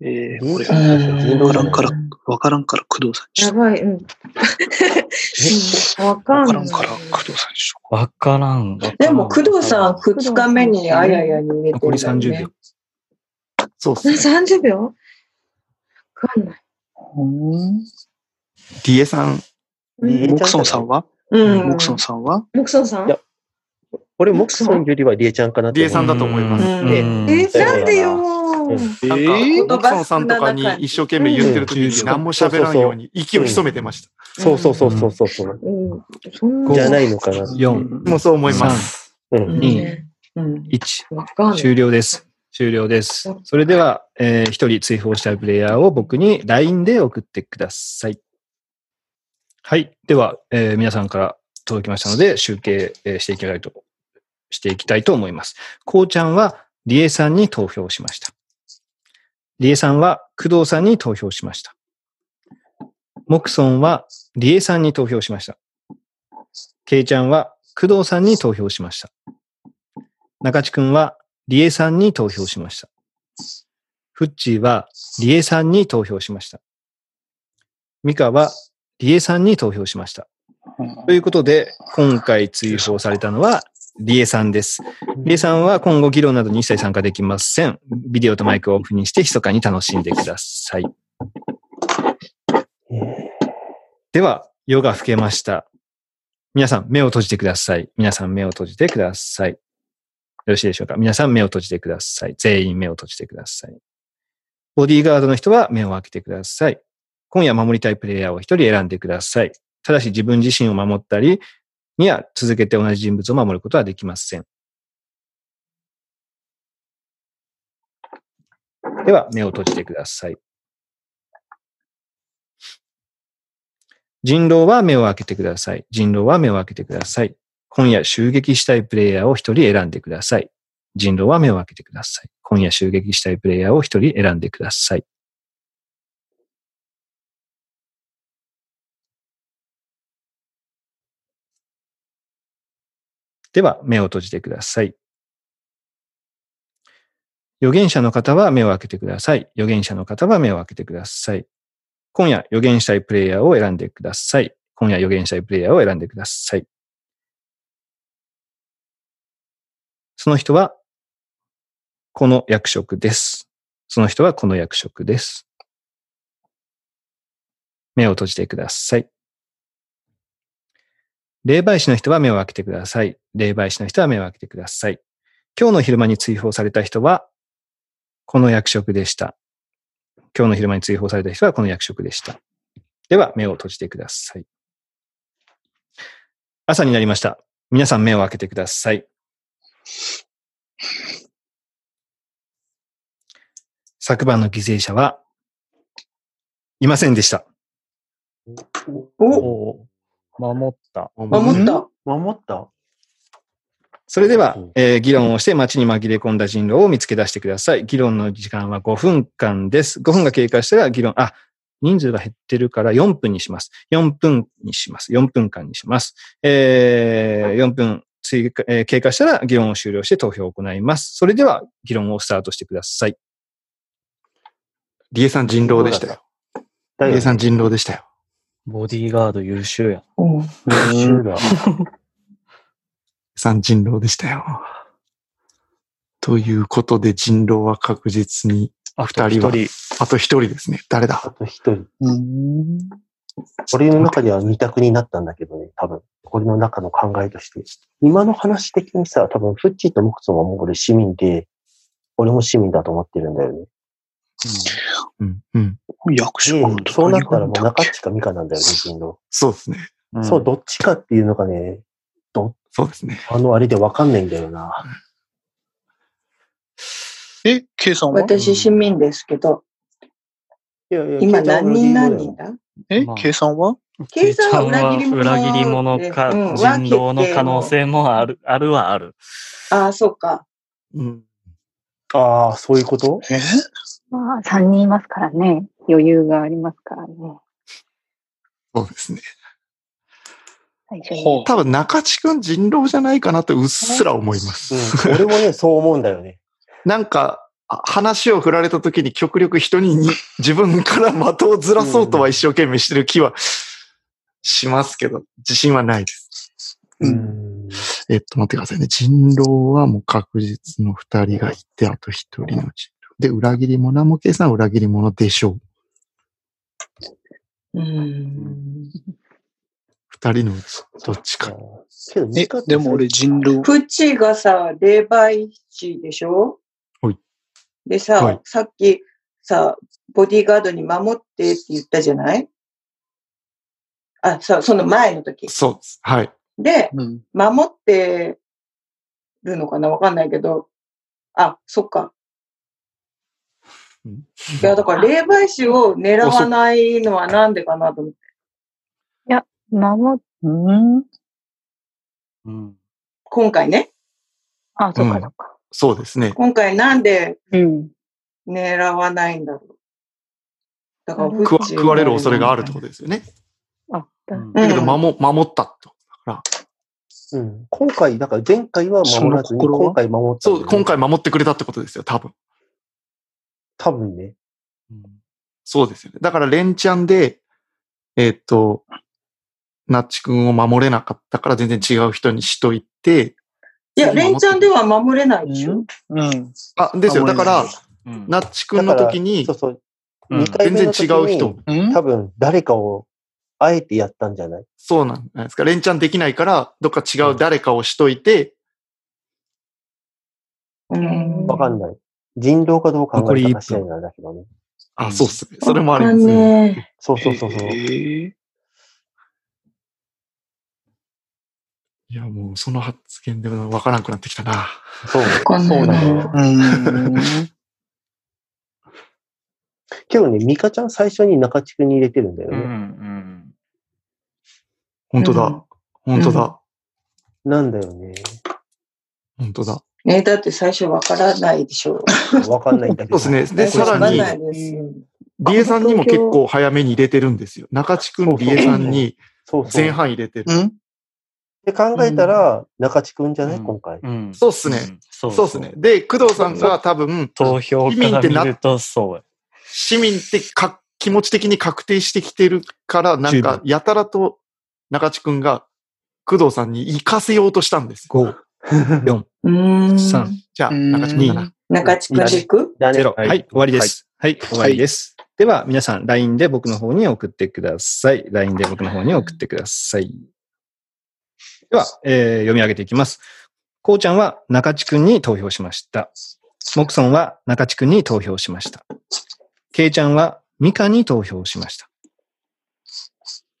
[SPEAKER 5] えー、これ、わからんから、わからんから工藤さ
[SPEAKER 3] や
[SPEAKER 5] ん
[SPEAKER 3] ばい、うん。わかんない。
[SPEAKER 15] わからん。わ
[SPEAKER 8] でも、工藤さん、2日目にあややに入れて
[SPEAKER 15] 残
[SPEAKER 8] る
[SPEAKER 15] り
[SPEAKER 8] んだよね。
[SPEAKER 15] 30秒。そうっ
[SPEAKER 3] これ30秒わかんない。
[SPEAKER 7] リエさん。
[SPEAKER 12] モクソンさん
[SPEAKER 5] は
[SPEAKER 3] うん。
[SPEAKER 12] クソン
[SPEAKER 5] さんは
[SPEAKER 3] モクソンさん
[SPEAKER 12] 俺、モクソンよりはリエちゃんかな
[SPEAKER 7] リエさんだと思います。
[SPEAKER 3] え、なんでよ
[SPEAKER 7] な
[SPEAKER 3] ー
[SPEAKER 7] んか、モクソンさんとかに一生懸命言ってる時に何も喋らんように息を潜めてました。
[SPEAKER 12] そうそうそうそうそうそう。
[SPEAKER 3] うん。そんな。
[SPEAKER 12] じゃないのかな。
[SPEAKER 2] 4。
[SPEAKER 7] もうそう思います。
[SPEAKER 2] 2、
[SPEAKER 3] うん。
[SPEAKER 2] 1。終了です。終了です。それでは、え1人追放したいプレイヤーを僕に LINE で送ってください。はい。では、えー皆さんから届きましたので、集計、えーしていきたいと、していきたいと思います。こうちゃんは、リエさんに投票しました。リエさんは、工藤さんに投票しました。モクソンは、リエさんに投票しました。ケイちゃんは、工藤さんに投票しました。中地くんは、リエさんに投票しました。フッチーは、リエさんに投票しました。ミカは、リエさんに投票しました。ということで、今回追放されたのは、リエさんです。リエさんは今後議論などに一切参加できません。ビデオとマイクをオフにして、密かに楽しんでください。では、夜が更けました。皆さん、目を閉じてください。皆さん、目を閉じてください。よろしいでしょうか皆さん、目を閉じてください。全員目を閉じてください。ボディーガードの人は目を開けてください。今夜守りたいプレイヤーを一人選んでください。ただし自分自身を守ったり、には続けて同じ人物を守ることはできません。では、目を閉じてください。人狼は目を開けてください。人狼は目を開けてください。今夜襲撃したいプレイヤーを一人選んでください。人狼は目を開けてください。今夜襲撃したいプレイヤーを一人選んでください。では、目を閉じてください。預言者の方は目を開けてください。預言者の方は目を開けてください。今夜、預言したいプレイヤーを選んでください。今夜、預言したいプレイヤーを選んでください。その人は、この役職です。その人はこの役職です。目を閉じてください。霊媒師の人は目を開けてください。霊媒師の人は目を開けてください。今日の昼間に追放された人は、この役職でした。今日の昼間に追放された人はこの役職でした。では、目を閉じてください。朝になりました。皆さん目を開けてください。昨晩の犠牲者は、いませんでした。
[SPEAKER 15] お守った。
[SPEAKER 8] 守った。
[SPEAKER 12] 守った。
[SPEAKER 2] それでは、えー議論をして街に紛れ込んだ人狼を見つけ出してください。議論の時間は5分間です。5分が経過したら議論、あ、人数が減ってるから4分にします。4分にします。4分間にします。えー4分追加、えー経過したら議論を終了して投票を行います。それでは議論をスタートしてください。
[SPEAKER 7] リエさん人狼でしたよ。リエさん人狼でしたよ。
[SPEAKER 15] ボディーガード優秀や。
[SPEAKER 8] うん。
[SPEAKER 7] 優秀だ。さん人狼でしたよ。ということで人狼は確実に、二人は、あと一人ですね。誰だあ
[SPEAKER 12] と一人。俺の中では二択になったんだけどね、多分。俺の中の考えとして。今の話的にさ、多分、フッチーとモクソンはもう俺市民で、俺も市民だと思ってるんだよね。
[SPEAKER 5] 役
[SPEAKER 12] 所そうなったらもう中っちかミカなんだよね、人狼。
[SPEAKER 7] そうですね。
[SPEAKER 12] そう、どっちかっていうのがね、ど
[SPEAKER 7] そうですね。
[SPEAKER 12] あの、あれでわかんないんだよな。
[SPEAKER 5] え、K さんは
[SPEAKER 8] 私、市民ですけど、今何人何人だ
[SPEAKER 5] え、K さんは
[SPEAKER 8] 計算は裏切り者。
[SPEAKER 15] 裏切り者か、
[SPEAKER 8] うん
[SPEAKER 15] 人狼の可能性もある、あるはある。
[SPEAKER 8] ああ、そうか。
[SPEAKER 12] ああ、そういうこと
[SPEAKER 5] え
[SPEAKER 10] まあ、3人いますからね。余裕がありますからね。
[SPEAKER 7] そうですね。
[SPEAKER 10] 最初に。
[SPEAKER 7] 多分中地くん人狼じゃないかなってうっすら思います。
[SPEAKER 12] 俺もね、そう思うんだよね。
[SPEAKER 7] なんか、あ話を振られた時に極力人にに自分から的をずらそうとは一生懸命してる気はしますけど、自信はないです。えっと、待ってくださいね。人狼はもう確実の二人がいて、あと一人の人狼。で、裏切り者も計算裏切り者でしょう。二人のうち、どっちか。
[SPEAKER 5] え、でも俺人狼。
[SPEAKER 8] プッチがさ、霊媒師でしょ
[SPEAKER 7] はい
[SPEAKER 8] でさ、
[SPEAKER 7] はい
[SPEAKER 8] さっきさ、ボディーガードに守ってって言ったじゃないあ、そう、その前の時。
[SPEAKER 7] そうです。はい。
[SPEAKER 8] で、
[SPEAKER 5] うん。
[SPEAKER 8] 守ってるのかなわかんないけど。あ、そっか。いや、だから霊媒師を狙わないのはなんでかなと思って。
[SPEAKER 10] いや、守っ、
[SPEAKER 8] 今回ね。
[SPEAKER 10] あ、
[SPEAKER 7] そうか、そう
[SPEAKER 10] か。
[SPEAKER 7] そうですね。
[SPEAKER 8] 今回なんで
[SPEAKER 10] うん。
[SPEAKER 8] 狙わないんだろう。だから、
[SPEAKER 7] 食わ食われる恐れがあるってこととですよね。
[SPEAKER 10] あ、
[SPEAKER 7] だ
[SPEAKER 8] だ
[SPEAKER 7] けど守、守ったってことだから。
[SPEAKER 12] うん、今回、だから前回は守らずに、
[SPEAKER 7] その心は
[SPEAKER 12] 今回守ったんだ
[SPEAKER 7] そ
[SPEAKER 12] よ
[SPEAKER 7] う、
[SPEAKER 12] ね、
[SPEAKER 7] 今回守ってくれたってことですよ、多分。
[SPEAKER 12] 多分ね。
[SPEAKER 7] そうですよね。だから、連チャンで、えーっと、ナッチ君を守れなかったから全然違う人にしといて、
[SPEAKER 8] いや、レンちゃんでは守れないでしょ。
[SPEAKER 5] うん。
[SPEAKER 7] あ、ですよ。だから、ナッチ君の時
[SPEAKER 12] に、そうそ
[SPEAKER 7] う
[SPEAKER 12] う、
[SPEAKER 7] ん
[SPEAKER 12] 二回目の時に
[SPEAKER 7] 全然違う人。
[SPEAKER 12] 多分、誰かを、あえてやったんじゃない
[SPEAKER 7] そうなんじゃないですか。連チャンできないから、どっか違う誰かをしといて、
[SPEAKER 12] わかんない。人狼かどうか考えたか次第なんだけどね。
[SPEAKER 7] あ、そうっすね。それもありますね。
[SPEAKER 8] ね。
[SPEAKER 12] そうそうそうそう。
[SPEAKER 7] いや、もうその発言でわからなくなってきたな。
[SPEAKER 12] そう、
[SPEAKER 7] かんないな
[SPEAKER 12] そうなんだよ。けどね、ミカちゃん最初に中地区に入れてるんだよね。
[SPEAKER 7] 本当だ。本当だ。
[SPEAKER 12] なんだよね。
[SPEAKER 7] 本当だ。
[SPEAKER 8] ね、だって最初わからないでしょ。
[SPEAKER 12] わかんないんだけど。
[SPEAKER 7] そうですね。で、さらに、リエさんにも結構早めに入れてるんですよ。中地君、リエさんに前半入れてる。
[SPEAKER 12] って考えたら、中地くんじゃない今回。
[SPEAKER 7] そうっすね。そうっすね。で、工藤さんが多分、
[SPEAKER 15] 投票から見ると、そう。
[SPEAKER 7] 市民ってか気持ち的に確定してきてるから、なんか、やたらと中地君が工藤さんに行かせようとしたんです。5、
[SPEAKER 2] 4、
[SPEAKER 7] 3。じゃあ、中地君だな。
[SPEAKER 8] 中地区で行く
[SPEAKER 2] ゼロ。はい、終わりです。はい、終わりです。では、皆さん、LINE で僕の方に送ってください。LINE で僕の方に送ってください。では、えー読み上げていきます。こうちゃんは中地くんに投票しました。もくそんは中地くんに投票しました。けいちゃんはみかに投票しました。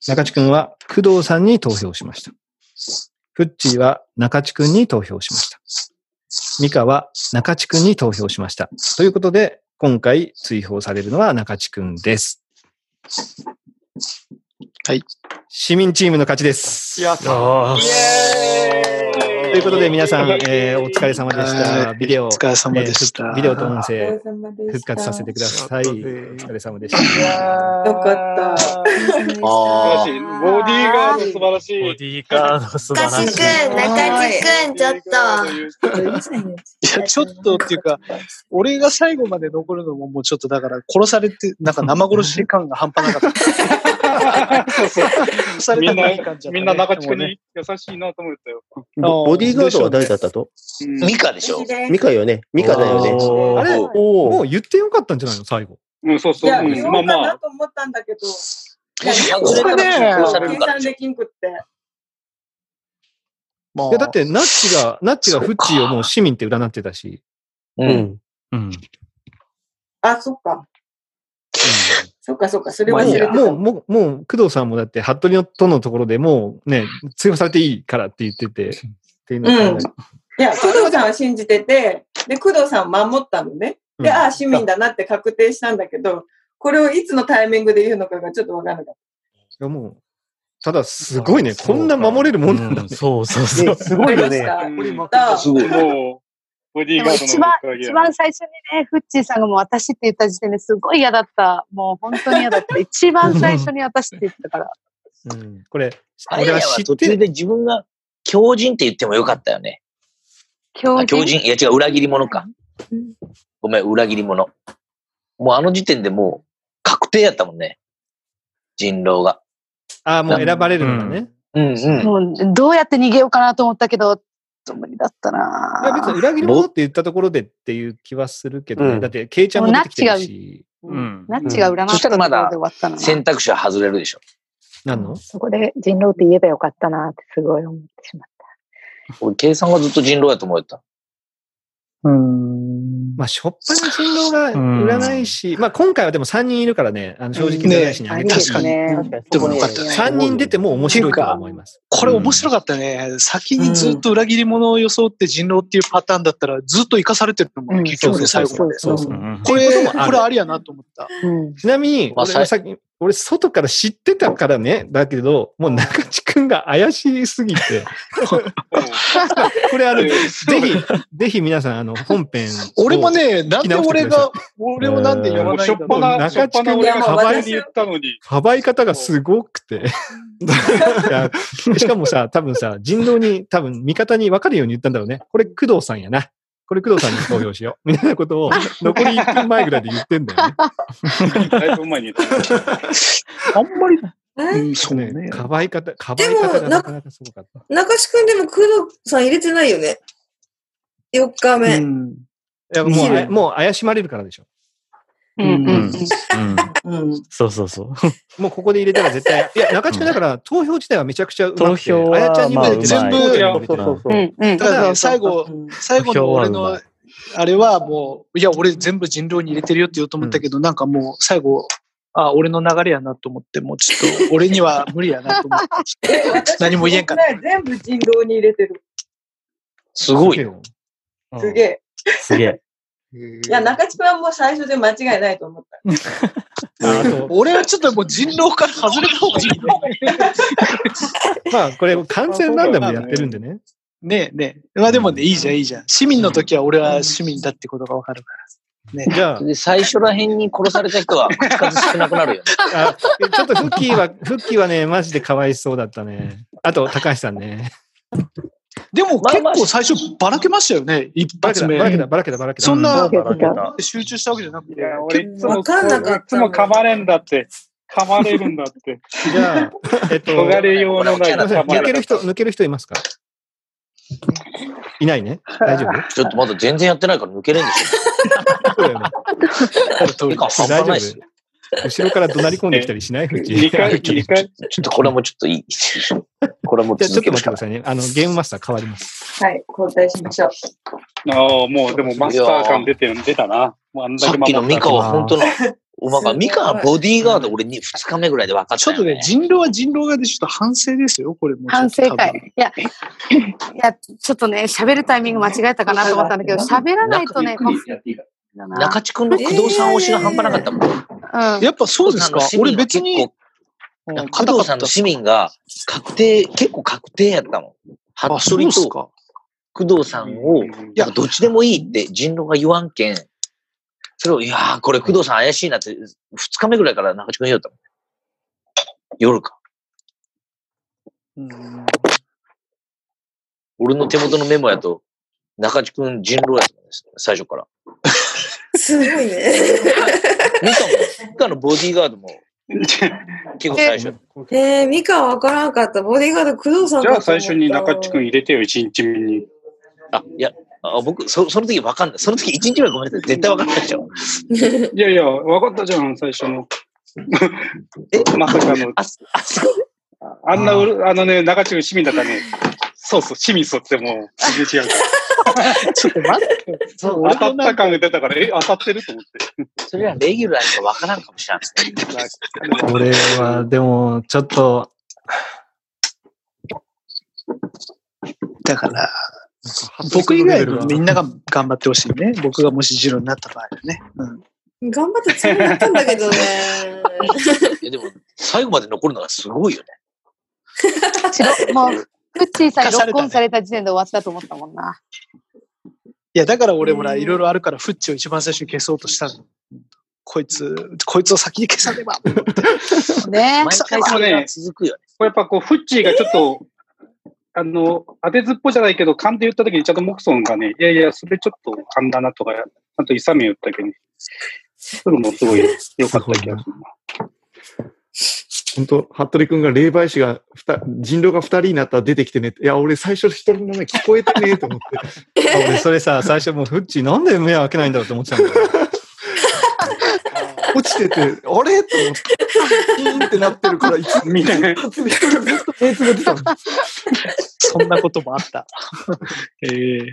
[SPEAKER 2] 中地くんは工藤さんに投票しました。フッチーは中地くんに投票しました。ミカは中地くんに投票しました。ということで、今回追放されるのは中地くんです。
[SPEAKER 5] はい。
[SPEAKER 2] 市民チームの勝ちです。
[SPEAKER 5] や
[SPEAKER 2] ったということで皆さん、えーお疲れ様でした。ビデオ、お疲れ様でした。ビデオと音声、復活させてください。お疲れ様でした。
[SPEAKER 8] よかった。
[SPEAKER 1] 素晴らしい。ボディーガード素晴らしい。ボディーガード素
[SPEAKER 16] 中地くん、中地くん、ちょっ
[SPEAKER 5] いや、ちょっとっていうか、俺が最後まで残るのももうちょっとだから、殺されて、なんか生殺し感が半端なかった。殺され
[SPEAKER 1] み
[SPEAKER 5] た
[SPEAKER 1] んな
[SPEAKER 5] のに感じ、ゃったね
[SPEAKER 1] みんな中地区
[SPEAKER 5] でもね
[SPEAKER 1] に優しいなと思ったよ。
[SPEAKER 5] あ
[SPEAKER 12] ボ
[SPEAKER 5] ー
[SPEAKER 12] ボディーガードは誰だったと
[SPEAKER 4] ミカでしょ
[SPEAKER 12] ミカよね。ミカだよね。
[SPEAKER 2] あれ、もう言ってよかったんじゃないの最後。
[SPEAKER 1] うん、そう
[SPEAKER 8] いや、言おうかなと思ったんだけど。いや
[SPEAKER 2] いや
[SPEAKER 8] それ
[SPEAKER 2] これね
[SPEAKER 8] 多分計算できんくって。
[SPEAKER 2] いや、だって、ナッチが、ナッチがフッチーをもう市民って占ってたし。
[SPEAKER 12] うん。
[SPEAKER 2] うん。
[SPEAKER 8] あ、そっか。そっかそっか、それ忘れてた。
[SPEAKER 2] もう、もう、もう、工藤さんもだって、服部とのところでもうね、追放されていいからって言ってて、っていうのを考
[SPEAKER 8] い
[SPEAKER 2] え
[SPEAKER 8] や、工藤さんは信じてて、で、工藤さんを守ったのね。で、
[SPEAKER 2] うん
[SPEAKER 8] ああ、市民だなって確定したんだけど、これをいつのタイミングで言うのかがちょっとわからなかっ
[SPEAKER 2] いやもう、ただすごいね、こんな守れるもんなんだね。そうそう
[SPEAKER 12] そう。すごいよね。
[SPEAKER 1] すごい。もう、ボディ
[SPEAKER 13] で
[SPEAKER 1] ーガード
[SPEAKER 13] も
[SPEAKER 1] の
[SPEAKER 13] 一番
[SPEAKER 1] 格、上げ
[SPEAKER 13] 一
[SPEAKER 1] や
[SPEAKER 13] 番最初にね、フッチーさんがもう私って言った時点ですごい嫌だった。もう本当に嫌だった。一番最初に私って言ったから。
[SPEAKER 2] これ、
[SPEAKER 4] あれは途中で自分が狂人って言ってもよかったよね。
[SPEAKER 13] 狂
[SPEAKER 4] あ狂人いや違う、裏切り者か。ごめん、裏切り者。もうあの時点でもう確定やったもんね。人狼が。
[SPEAKER 2] ああ、もう選ばれるんだね。
[SPEAKER 4] うんうん。
[SPEAKER 13] もうどうやって逃げようかなと思ったけど、無理だったない
[SPEAKER 2] や別に裏切り者って言ったところでっていう気はするけどね。だって、ケイちゃんも出てきてるし。
[SPEAKER 4] うん
[SPEAKER 13] ナッチが占った
[SPEAKER 4] そしたらまだ
[SPEAKER 13] ところで終わったのな
[SPEAKER 4] 選択肢は外れるでしょ。
[SPEAKER 2] なんの
[SPEAKER 10] そこで人狼って言えばよかったなってすごい思ってしまっ
[SPEAKER 4] 俺、計算はずっと人狼やと思ってた。
[SPEAKER 2] まあ、しょっぱな人狼が占い師、まあ今回はでも3人いるからね、あの正直な占い師にあげてほしい。
[SPEAKER 5] ね
[SPEAKER 2] 確かに。でもよかった。3人出ても面白いとは思います。
[SPEAKER 5] これ面白かったね。先にずっと裏切り者を装って人狼っていうパターンだったら、ずっと生かされてるのもんね、結局ね、最後まで。
[SPEAKER 2] そうそう
[SPEAKER 5] これ、これあり
[SPEAKER 2] や
[SPEAKER 5] やなと思 った。
[SPEAKER 2] ちなみに、
[SPEAKER 5] まあ
[SPEAKER 2] 俺はさっき、俺外から知ってたからね、だけど、もう中地くんが怪しす ぎて。これあの、ぜひ、ぜひ皆さん、あの、本編を。
[SPEAKER 5] 俺もね、なんで俺が
[SPEAKER 2] 聞、
[SPEAKER 5] 俺をなんでやらないんだろう。
[SPEAKER 2] 中地くんがかばい
[SPEAKER 1] ったのに。
[SPEAKER 2] かばい方がすごくて。 いやしかもさ、多分さ、人狼に、多分味方に分かるように言ったんだろうね。これ工藤さんやな。これ工藤さんに投票しよう。み たいなことを、残り1分前ぐらいで言ってんだよね。
[SPEAKER 1] だいぶ前に言った。
[SPEAKER 5] あんまり、
[SPEAKER 2] うん、そうね。かばい方、かばい
[SPEAKER 3] でも
[SPEAKER 2] 方がなかなかすごかった。
[SPEAKER 3] 中志くんでも工藤さん入れてないよね。4日目。
[SPEAKER 2] いやもう
[SPEAKER 3] 見
[SPEAKER 2] あ
[SPEAKER 3] る、
[SPEAKER 2] もう怪しまれるからでしょ。
[SPEAKER 3] うん
[SPEAKER 2] うん
[SPEAKER 3] うん。
[SPEAKER 2] そうそうそう。もうここで入れたら絶対。いや、中地区だから投票自体はめちゃくちゃうまくて。
[SPEAKER 5] 投票は
[SPEAKER 2] あやちゃんにも
[SPEAKER 5] まあ
[SPEAKER 2] 入れてる
[SPEAKER 5] 全部
[SPEAKER 2] 全部
[SPEAKER 5] や
[SPEAKER 2] 入れてる
[SPEAKER 5] そう
[SPEAKER 2] うん
[SPEAKER 5] ただ、最後、最後の俺の、あれはもう、いや、俺全部人狼に入れてるよって言おうと思ったけど、なんかもう、最後、あ、俺の流れやなと思って、もうちょ っと、俺には無理やなと思って、 何も言えんかった。
[SPEAKER 8] 全部人狼に入れてる。
[SPEAKER 5] すごい。
[SPEAKER 8] すげえ。
[SPEAKER 5] すげえ。
[SPEAKER 8] いや、中地君はもう最初で間違いないと思った。
[SPEAKER 5] 俺はちょっともう人狼から外れた方がいいね。
[SPEAKER 2] まあ、これ、完全ランダムでやってるんでね。
[SPEAKER 5] ねえねえ。まあでもね、いいじゃん、いいじゃん。市民の時は俺は市民だってことがわかるから。ね
[SPEAKER 2] じゃあ。
[SPEAKER 5] で、最初ら辺に殺された人は、数少なくなるよ。
[SPEAKER 2] あちょっとフッキーは、フッキーはね、マジでかわいそうだったね。あと、高橋さんね。
[SPEAKER 5] でも 結構最初ばらけましたよね、一発目。
[SPEAKER 2] ばらけたばらけたばらけた
[SPEAKER 5] そんな
[SPEAKER 2] ばらけたばら、
[SPEAKER 5] 集中したわけじゃなくて、
[SPEAKER 1] 俺いつも、いつも噛まれんだって。噛まれるんだって。
[SPEAKER 2] じゃあ、えっと、
[SPEAKER 1] 逃れようのない
[SPEAKER 2] 抜ける人、抜ける人いますかいないね。大丈夫
[SPEAKER 4] ちょっとまだ全然やってないから抜けれんでし ょ。時
[SPEAKER 2] 大
[SPEAKER 4] 間半端
[SPEAKER 2] 丈
[SPEAKER 4] ないですよ。
[SPEAKER 2] 夫後ろから怒鳴り込んできたりしないフッキー。
[SPEAKER 4] 二回二
[SPEAKER 1] 回
[SPEAKER 4] ちょっとこれもちょっといい。これも
[SPEAKER 2] じゃあちょ
[SPEAKER 4] 続
[SPEAKER 2] っと
[SPEAKER 4] けま
[SPEAKER 2] 待っ
[SPEAKER 4] し
[SPEAKER 2] く
[SPEAKER 4] てょ
[SPEAKER 2] ださいね。あの、ゲームマスター変わります。
[SPEAKER 8] はい、交代しましょう。
[SPEAKER 1] ああ、もうでもマスター感出てる、出たな。もうあんだ
[SPEAKER 4] さ
[SPEAKER 1] け
[SPEAKER 4] っきのミカは本当の
[SPEAKER 1] 守った、
[SPEAKER 4] おまか、ミカはボディーガード俺に2日目ぐらいで分かった
[SPEAKER 5] ちょっとね、人狼は人狼がでちょっと反省ですよ、これもうちょ
[SPEAKER 13] 反
[SPEAKER 5] っと多
[SPEAKER 13] 省
[SPEAKER 5] 分。
[SPEAKER 13] 会。いや、いや、ちょっとね、喋るタイミング間違えたかなと思ったんだけど、喋らないとね、こうだな。
[SPEAKER 4] 中地君の工藤さん推しが半端なかったもん。
[SPEAKER 5] やっぱそうですか俺別に。
[SPEAKER 4] 加藤さんの市民が確定、結構確定やったもん。服部と工藤さんを、なんかどっちでもいいって人狼が言わんけん、それを、いやー、これ工藤さん怪しいなって、二日目ぐらいから中地君言おったもん。夜か。俺の手元のメモやと、中地君人狼やったんです、最初から。
[SPEAKER 16] すごいね。
[SPEAKER 4] ミカも、ミカのボディーガード も、結構最初。
[SPEAKER 3] えー、ミカは分からんかった。ボディーガード、工藤さん
[SPEAKER 1] じ
[SPEAKER 3] かと思っ
[SPEAKER 1] ゃあ
[SPEAKER 3] た
[SPEAKER 1] 最初に中地君入れてよ、一日目に。
[SPEAKER 4] あ、いや、あ僕、そその時わかんない。その時一日目はごめんなさい。絶対わかんないでしょ。
[SPEAKER 1] いやいや、わかったじゃん、最初の。え、まさかの。あ、あんなうる、あのね、中地君市民だったね。そうそう、市民そうってもう、全然違うから。
[SPEAKER 4] ちょっと待って。
[SPEAKER 1] 当たった感が出たから、え、当たってると思って。
[SPEAKER 4] それはレギュラーしかわからんかもしれん。
[SPEAKER 2] これは、でも、ちょっと、
[SPEAKER 5] だから、僕以外のみんなが頑張ってほしいね。僕がもしジロになった場合はね。
[SPEAKER 3] 頑張ってつもりだったんだけどね。
[SPEAKER 4] いや、でも、最後まで残るのがすごいよね。
[SPEAKER 13] 白もう、フッチーさんにロックオンされた時点で終わったと思ったもんな。
[SPEAKER 5] いや、だから俺もら、いろいろあるから、フッチを一番最初に消そうとしたの。こいつ、こいつを先に消さねば。
[SPEAKER 13] ね
[SPEAKER 1] 毎
[SPEAKER 5] 回それが
[SPEAKER 4] 続くよね。
[SPEAKER 1] これやっぱこう、フッチーがちょっと、あの、当てずっぽじゃないけど、勘で言った時にちゃんとモクソンがね、いやいや、それちょっと勘だなとか、ちゃんとイサミ言ったけど、それもすごい良かった気がするな。
[SPEAKER 7] 本当服部君が霊媒師がふた、人狼が二人になったら出てきてねって。いや、俺最初一人の名前聞こえてねえと思っ て。
[SPEAKER 2] あ俺、それさ、最初もう、フッチーなんで目開けないんだろうと思ってたん だよ。
[SPEAKER 7] 落ちてて、あれ と思って、ピーンってなってるから、いつも
[SPEAKER 1] みたいな。
[SPEAKER 5] 目つぶってたの。そんなこともあった。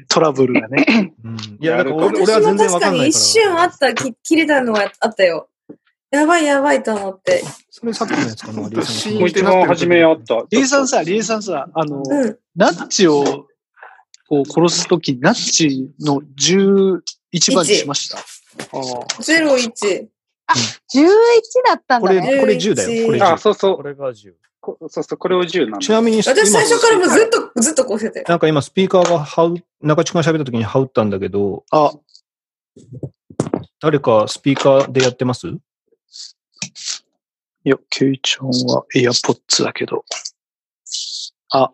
[SPEAKER 5] トラブルがね。
[SPEAKER 2] いや、だから俺
[SPEAKER 3] 私
[SPEAKER 2] 俺は全
[SPEAKER 3] も
[SPEAKER 2] 然
[SPEAKER 3] 確
[SPEAKER 2] わか
[SPEAKER 3] か
[SPEAKER 2] んな
[SPEAKER 3] に
[SPEAKER 2] い
[SPEAKER 3] 一
[SPEAKER 2] から。
[SPEAKER 3] 瞬あった、き切れたのはあったよ。やばいやばいと思って。
[SPEAKER 2] それさっきのやつかな、リーさ
[SPEAKER 1] もう一番初めあった。
[SPEAKER 5] リエさんさ、リエさんさ、あの、
[SPEAKER 3] うん
[SPEAKER 5] ナッチをこう殺すとき、ナッチの11番にしました。ああ
[SPEAKER 3] ゼロ一。
[SPEAKER 13] 11だったんだね。
[SPEAKER 1] あ、そうそう。これが10。そうそう、これを10なん
[SPEAKER 2] ちなみに
[SPEAKER 3] 私最初からもうずっ
[SPEAKER 1] と。
[SPEAKER 3] と、ずっとこうしてて。
[SPEAKER 2] なんか今、スピーカーがはう、中地君が喋った時にはうったんだけど、
[SPEAKER 5] あ、
[SPEAKER 2] 誰かスピーカーでやってます
[SPEAKER 5] いや、ケイちゃんはエアポッツだけど。あ、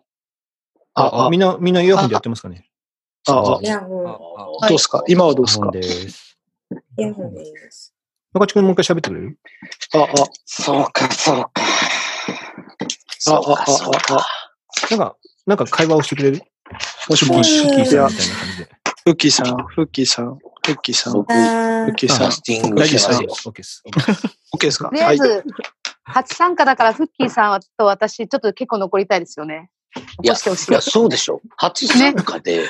[SPEAKER 2] あ、あみんな、みんなイヤホンでやってますかね
[SPEAKER 5] あ、あ
[SPEAKER 3] い、や、もう。
[SPEAKER 5] どうすか今はどうすか
[SPEAKER 3] イヤホンでいいです。
[SPEAKER 2] 中地君もう一回喋ってくれる
[SPEAKER 5] あ、あ、
[SPEAKER 1] そうか、そうか。
[SPEAKER 5] あ、あ、あ、あ、
[SPEAKER 2] なんか、なんか会話をしてくれる
[SPEAKER 5] もしもし、
[SPEAKER 2] フッキーさんみたいな感
[SPEAKER 5] じで。フッキーさん、フッキーさん、フッキーさん、フッキーさん、
[SPEAKER 2] あ
[SPEAKER 5] フ
[SPEAKER 2] ー
[SPEAKER 5] ッキーさん。
[SPEAKER 2] 大丈
[SPEAKER 5] オ
[SPEAKER 2] 夫です。
[SPEAKER 5] ッケーですか
[SPEAKER 13] とりあ
[SPEAKER 5] は
[SPEAKER 13] え
[SPEAKER 5] い。
[SPEAKER 13] ず、初参加だから、フッキーさんと私、ちょっと結構残りたいですよね。
[SPEAKER 4] いや、いやそうでしょ。初参加で、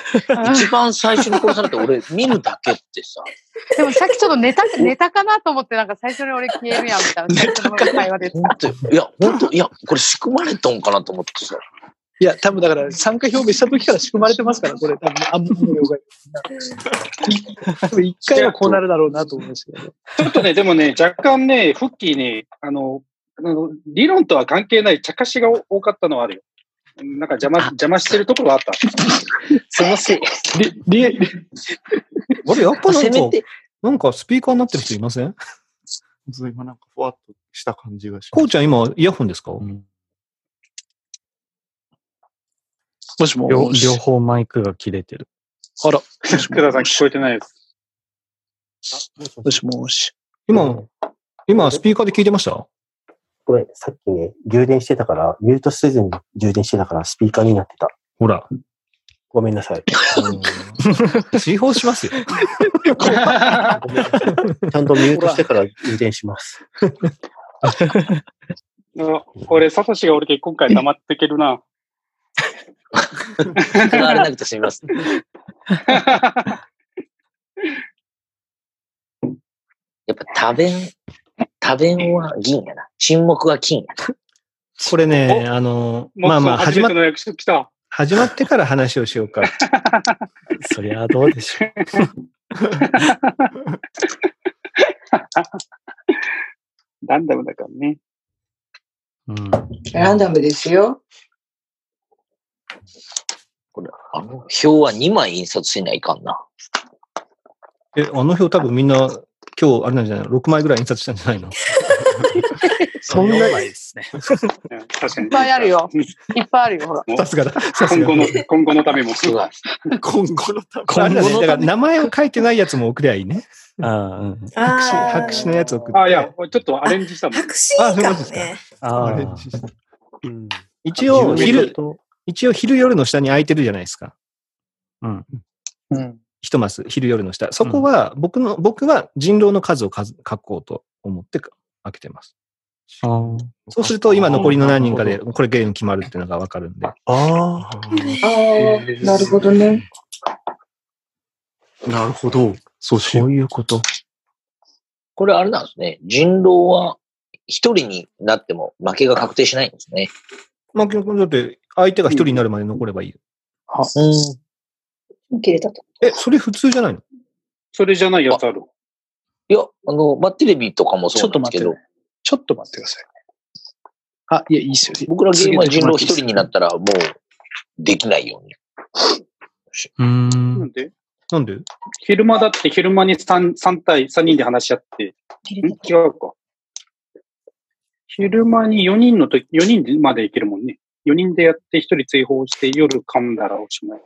[SPEAKER 4] 一番最初に殺されて、俺、見るだけって さ。
[SPEAKER 13] でもさっきちょっ とネタ、ネタかなと思って、なんか最初に俺消えるやんみたいな、最初の会話で。
[SPEAKER 4] いや、本当いや、これ仕組まれとんかなと思ってさ。
[SPEAKER 5] いや、多分だから参加表明した時から仕組まれてますから、これ、多分あんまり了解。多分一回はこうなるだろうなと思うんですけど。
[SPEAKER 1] ちょっとね、でもね、若干ね、フッキーね、あの、あの理論とは関係ない茶化しが多かったのはあるよ。なんか邪魔、邪魔してるところはあった。
[SPEAKER 4] すいません。
[SPEAKER 5] り、り、
[SPEAKER 2] あれ、やっぱなん
[SPEAKER 1] せ
[SPEAKER 2] か
[SPEAKER 1] めて、
[SPEAKER 2] なんかスピーカーになってる人いません
[SPEAKER 7] ずいぶんなんかふわっとした感じがし
[SPEAKER 2] こうちゃん今、イヤホンですか
[SPEAKER 5] もしも
[SPEAKER 15] 両両方マイクが切れてる。
[SPEAKER 5] あら、
[SPEAKER 1] 福田さん聞こえてないです。
[SPEAKER 5] もしもし。
[SPEAKER 2] 今、今、スピーカーで聞いてました
[SPEAKER 12] ごめん、さっきね、充電してたから、ミュートせずに充電してたから、スピーカーになってた。
[SPEAKER 2] ほら。
[SPEAKER 12] ごめんなさい。
[SPEAKER 2] 追放し ますよ。
[SPEAKER 12] ちゃんとミュートしてから充電します。
[SPEAKER 1] あ俺、サトシが俺結今回黙っていけるな。
[SPEAKER 4] 使われなくてすみません。やっぱ多弁、多弁は銀やな。沈黙は金やな。
[SPEAKER 2] これね、あの、まあまあ、
[SPEAKER 1] 初
[SPEAKER 2] 始
[SPEAKER 1] め
[SPEAKER 2] ま
[SPEAKER 1] ての役所来た。
[SPEAKER 2] 始まってから話をしようか。そりゃどうでしょう。
[SPEAKER 1] ランダムだからね。
[SPEAKER 8] ランダムですよ。
[SPEAKER 4] あの表は2枚印刷しないかんな。
[SPEAKER 2] え、あの表多分みんな、今日、あれなんじゃないの ?6 枚ぐらい印刷したんじゃないの
[SPEAKER 13] そんな
[SPEAKER 2] 4枚ですね。
[SPEAKER 1] 確か
[SPEAKER 13] いっぱいあ るよ。いっぱいあるよ、ほら。
[SPEAKER 2] さすがだ。
[SPEAKER 1] 今後の、今後のためも。
[SPEAKER 2] 今後のため。あれだね。だから名前を書いてないやつも送りゃいいね。ああ、白紙、白紙のやつ送って。
[SPEAKER 1] あ、いや、ちょっとアレンジしたもん。白
[SPEAKER 2] あ、そういうことですか。あアレンジした。一応、昼、一応昼夜の下に空いてるじゃないですか。うん。一マス、昼夜の下。そこは、僕の、僕は人狼の数を数書こうと思って開けてます。そうすると、今残りの何人かで、これゲーム決まるっていうのがわかるんで。ああ。
[SPEAKER 8] ああ、なるほどね。
[SPEAKER 7] なるほど。そうしよう。そういうこと。
[SPEAKER 4] これあれなんですね。人狼は一人になっても負けが確定しないんですね。
[SPEAKER 2] まあ、結局だって、相手が一人になるまで残ればいいよ。は
[SPEAKER 8] 切れたと。
[SPEAKER 2] え、それ普通じゃないの
[SPEAKER 1] それじゃないやつある。
[SPEAKER 4] いや、あの、まあ、テレビとかもそうなんですけど。
[SPEAKER 5] ちょっと待ってください。あ、いや、いいっすよ。
[SPEAKER 4] 僕らゲームは人狼一人になったらもうできないように。
[SPEAKER 2] うん。
[SPEAKER 1] なんで
[SPEAKER 2] なんで
[SPEAKER 1] 昼間だって昼間に 3, 三対、三人で話し合って。ん違うか。昼間に4人のとき、4人までいけるもんね。4人でやって1人追放して夜噛んだらおしまい。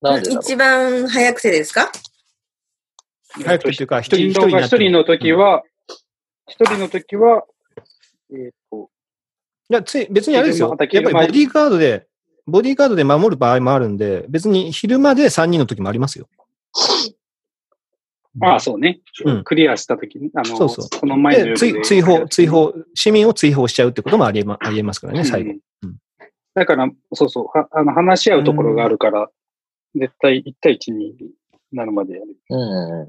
[SPEAKER 4] なん
[SPEAKER 1] でだろう
[SPEAKER 16] 一番早くてですか
[SPEAKER 2] 早くっていうか、一人、一人
[SPEAKER 1] 人狼
[SPEAKER 2] に
[SPEAKER 1] が
[SPEAKER 2] なって
[SPEAKER 1] 1
[SPEAKER 2] る
[SPEAKER 1] 人のときは、1人のときは、えーっと、
[SPEAKER 2] いや、つい、別にあれですよ。やっぱり
[SPEAKER 1] 昼間
[SPEAKER 2] ボディーガードで、ボディーガードで守る場合もあるんで、別に昼間で3人の時もありますよ。
[SPEAKER 1] ああ、そうね。クリアしたときに、あの、
[SPEAKER 2] そうそう。
[SPEAKER 1] この前の
[SPEAKER 2] で
[SPEAKER 1] 夜
[SPEAKER 2] 追
[SPEAKER 1] で。
[SPEAKER 2] 追放、追放、市民を追放しちゃうってこともありえまありえますからね、最後。
[SPEAKER 1] だから、そうそう、はあの話し合うところがあるから、絶対1対1になるまでやる。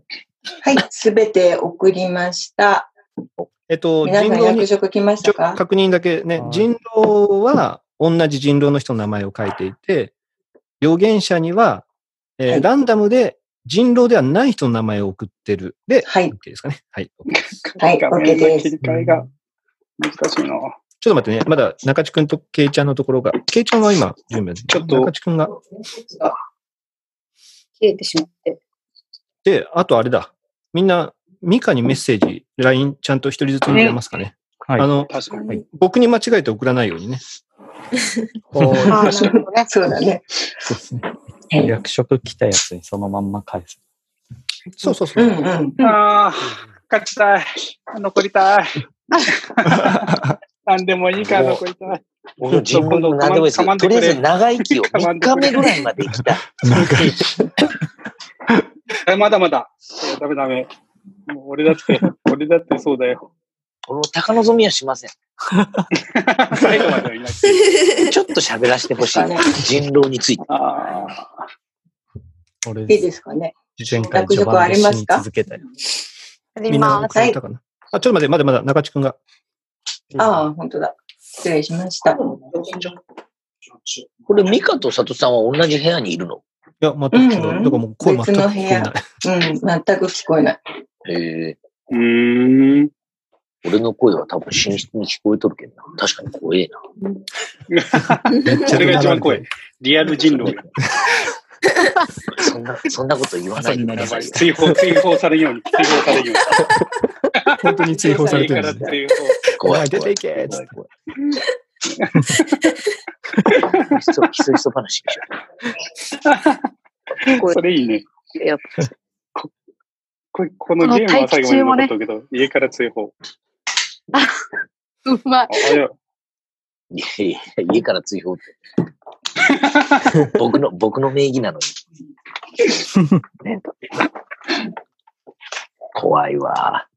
[SPEAKER 8] はい、すべて送りました。
[SPEAKER 2] えっと、
[SPEAKER 8] 皆さん
[SPEAKER 2] 人狼に
[SPEAKER 8] 役職来ましたか
[SPEAKER 2] 確認 だけね、人狼は同じ人狼の人の名前を書いていて、予言者には、えーランダムで人狼ではない人の名前を送ってる。で、
[SPEAKER 8] はい、
[SPEAKER 2] OK ですかね。はい。
[SPEAKER 8] はい、
[SPEAKER 2] 画
[SPEAKER 8] OK
[SPEAKER 2] 面の
[SPEAKER 8] です。
[SPEAKER 1] 替えが難しいな。
[SPEAKER 2] ちょっと待ってね、まだ中地君とケイちゃんのところが、ケイちゃんは今、準備ちょっと。中地君が。
[SPEAKER 17] 切れてしまって。
[SPEAKER 2] で、あとあれだ。みんな、ミカにメッセージ、LINE ちゃんと一人ずつ入れますかね。あの、僕に間違えて送らないようにね。
[SPEAKER 8] あーなるほどねそうだね。
[SPEAKER 15] そうですね。役職来たやつにそのまんま返す。
[SPEAKER 2] そうそうそう。
[SPEAKER 1] ああ、勝ちたい。残り たい。何でもいいから残りたい。
[SPEAKER 4] 俺人狼でも何でもいいですけど、とりあえず長生きを3日目ぐらいまで生き たい。
[SPEAKER 1] えまだまだ。えーダメダメ。もう俺だって、俺だってそうだよ。
[SPEAKER 4] 俺も高望みはしま せん。
[SPEAKER 1] 最後まではいない。
[SPEAKER 4] ちょっと喋らせてほしい。人狼について。
[SPEAKER 15] 俺
[SPEAKER 8] いいですかね。
[SPEAKER 2] 前
[SPEAKER 8] 回序盤で死に続
[SPEAKER 15] けたよ。
[SPEAKER 8] あ
[SPEAKER 2] みんな送られたかな。あ、ちょっと待って、まだまだ中地君が。
[SPEAKER 8] ああ、本当だ。失礼しました。
[SPEAKER 4] これ、ミカとサトさんは同じ部屋にいるの
[SPEAKER 2] いや、全く違う。だからもう声全く
[SPEAKER 8] 別
[SPEAKER 2] 聞
[SPEAKER 8] の
[SPEAKER 2] こ
[SPEAKER 8] 部
[SPEAKER 2] え
[SPEAKER 8] 屋。
[SPEAKER 2] ない。
[SPEAKER 8] うん、全く聞こえない。
[SPEAKER 4] へえ。
[SPEAKER 1] うん。
[SPEAKER 4] 俺の声は多分寝室に聞こえとるけどな。確かに怖えな。
[SPEAKER 1] それが一番怖い。リアル人狼が。
[SPEAKER 4] そんな、そんなこと言わないでくださいよ。
[SPEAKER 1] 追放、追放されんように、追放されんように。
[SPEAKER 2] 本当に追放されてるんですね
[SPEAKER 1] 追
[SPEAKER 4] 怖い。
[SPEAKER 2] 出ていけっつって
[SPEAKER 4] ひ そひそひそ話でし
[SPEAKER 1] 放。それいいね。ここのゲームは最後まで残ったけど、家から追放。
[SPEAKER 13] うまい。
[SPEAKER 4] いやいや、家から追 放って。僕の、僕の名義なのに。怖いわ。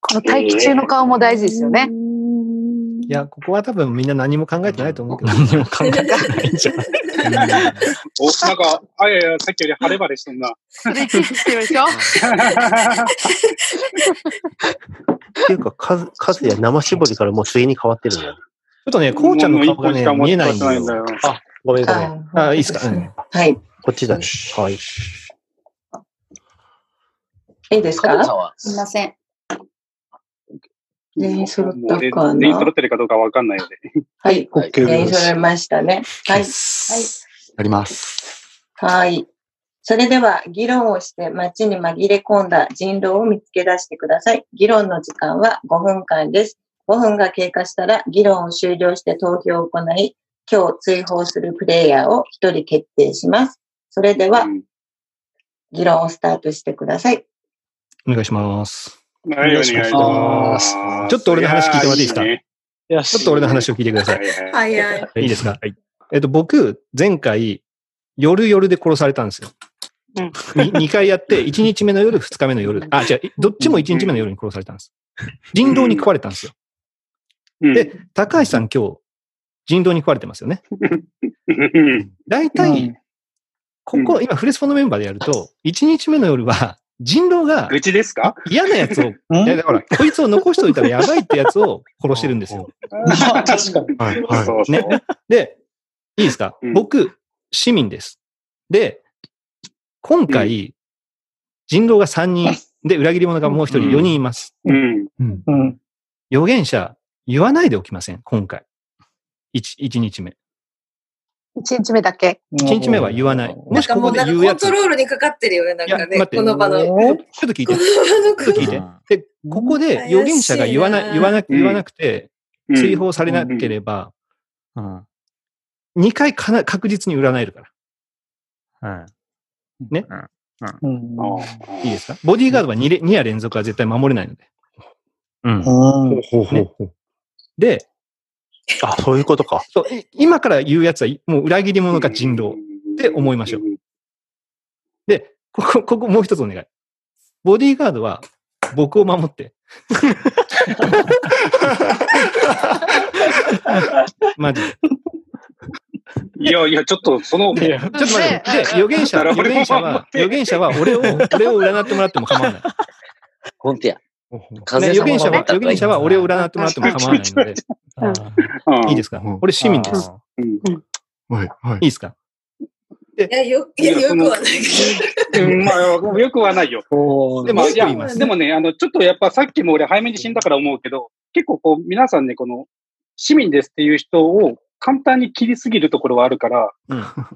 [SPEAKER 13] この待機中の顔も大事ですよね。
[SPEAKER 2] いや、ここは多分みんな何も考えてないと思うけど。何も考えてないんじゃない
[SPEAKER 1] お、なんか、あいやいや、さっきより晴れ晴れしてんな。
[SPEAKER 13] できてるでしょ
[SPEAKER 12] っていうか、数、数や生絞りからもう水に変わってるんだよ。
[SPEAKER 2] ちょっとね、こうちゃんの顔がね、
[SPEAKER 12] もう
[SPEAKER 2] 見え
[SPEAKER 12] 一個しか
[SPEAKER 2] ないんだ
[SPEAKER 12] 持ってないんだ
[SPEAKER 2] よ
[SPEAKER 12] よ。ごめんごめん。
[SPEAKER 2] あ、いいですか。
[SPEAKER 8] はい。
[SPEAKER 12] こっちだね。はい。
[SPEAKER 8] いいです
[SPEAKER 4] 加藤
[SPEAKER 8] か
[SPEAKER 4] さんは
[SPEAKER 17] すいません。
[SPEAKER 8] 全員揃っ
[SPEAKER 1] も
[SPEAKER 8] た
[SPEAKER 1] うね
[SPEAKER 8] か
[SPEAKER 1] 全員揃
[SPEAKER 8] な
[SPEAKER 1] ってるかどうかわかんないので。
[SPEAKER 8] はい。
[SPEAKER 1] はい
[SPEAKER 8] 全員揃いましたね。はい。
[SPEAKER 7] やります。
[SPEAKER 8] はい。それでは、議論をして街に紛れ込んだ人狼を見つけ出してください。議論の時間は5分間です。5分が経過したら、議論を終了して投票を行い、今日追放するプレイヤーを1人決定します。それでは、議論をスタートしてください。
[SPEAKER 2] お願いします。
[SPEAKER 1] はい、お願いします。
[SPEAKER 2] ちょっと俺の話聞いてもらっていいですか
[SPEAKER 1] や
[SPEAKER 2] ちょっと俺の話を聞いてください。
[SPEAKER 16] 早い。
[SPEAKER 2] いいですか、えっと、僕、前回、夜夜で殺されたんですよ。に 2, 回やって、1日目の夜、2日目の夜。あ、違う、どっちも1日目の夜に殺されたんです。人狼に食われたんですよ。で、高橋さん今日、人狼に食われてますよね。大体、ここ、今、フレスポのメンバーでやると、1日目の夜は、人狼が、
[SPEAKER 1] 愚痴ですか
[SPEAKER 2] 嫌なやつを、いや、だから、こいつを残しといたらやばいってやつを殺してるんですよ。
[SPEAKER 1] 確かに。
[SPEAKER 2] はい、
[SPEAKER 1] そうそう
[SPEAKER 2] ね。で、いいですか、僕、市民です。で、今回、人狼が3人、 で、裏切り者がもう1人、
[SPEAKER 1] うん
[SPEAKER 2] 4人います。
[SPEAKER 1] うん。
[SPEAKER 2] 預言者、言わないでおきません、今回。1, 一日目。
[SPEAKER 13] 一日目だけ。
[SPEAKER 2] 1日目は言わない。も
[SPEAKER 16] なん
[SPEAKER 2] しこ
[SPEAKER 16] かも
[SPEAKER 2] こ
[SPEAKER 16] うな
[SPEAKER 2] で
[SPEAKER 16] ん
[SPEAKER 2] 言
[SPEAKER 16] かコ
[SPEAKER 2] うや
[SPEAKER 16] ン
[SPEAKER 2] つ。
[SPEAKER 16] トロールにかかってるよね、なん
[SPEAKER 2] いや
[SPEAKER 16] かね、
[SPEAKER 2] 待って
[SPEAKER 16] この場の。
[SPEAKER 2] ちょっと聞いて。ちょっと聞いて。で、ここで預言者が言わな
[SPEAKER 16] 怪しいな
[SPEAKER 2] い、言わなく、
[SPEAKER 16] うん
[SPEAKER 2] 言わなくて、
[SPEAKER 16] うん
[SPEAKER 2] 追放されなければ、2回かな確実に占えるから。ね。いいですかボディーガードは 2, れ2夜連続は絶対守れないので。
[SPEAKER 15] うん。
[SPEAKER 2] ほうほうで、
[SPEAKER 15] あ、そういうことか。
[SPEAKER 2] そうい今から言うやつはもう裏切り者か人狼って思いましょう。で、ここ、ここもう一つお願い。ボディーガードは僕を守って。マジで。
[SPEAKER 1] いやいや、ちょっとその、ちょっ
[SPEAKER 2] と待って。で、預言者、預言者 は、預言者は俺を、俺を占ってもらっても構わない。
[SPEAKER 4] 本当や。
[SPEAKER 2] ね預言者は、預言者は俺を
[SPEAKER 4] っ
[SPEAKER 2] 占ってもらっても構わないので。いいですか俺市民です。
[SPEAKER 7] はい、はい。
[SPEAKER 2] いいですか
[SPEAKER 16] いや、よいやよくはないけど。
[SPEAKER 1] うんまあ、よくはないよ。でも、いや、でもね、あの、ちょっとやっぱさっきも俺早めに死んだから思うけど、結構こう、皆さんね、この、市民ですっていう人を簡単に切りすぎるところはあるから、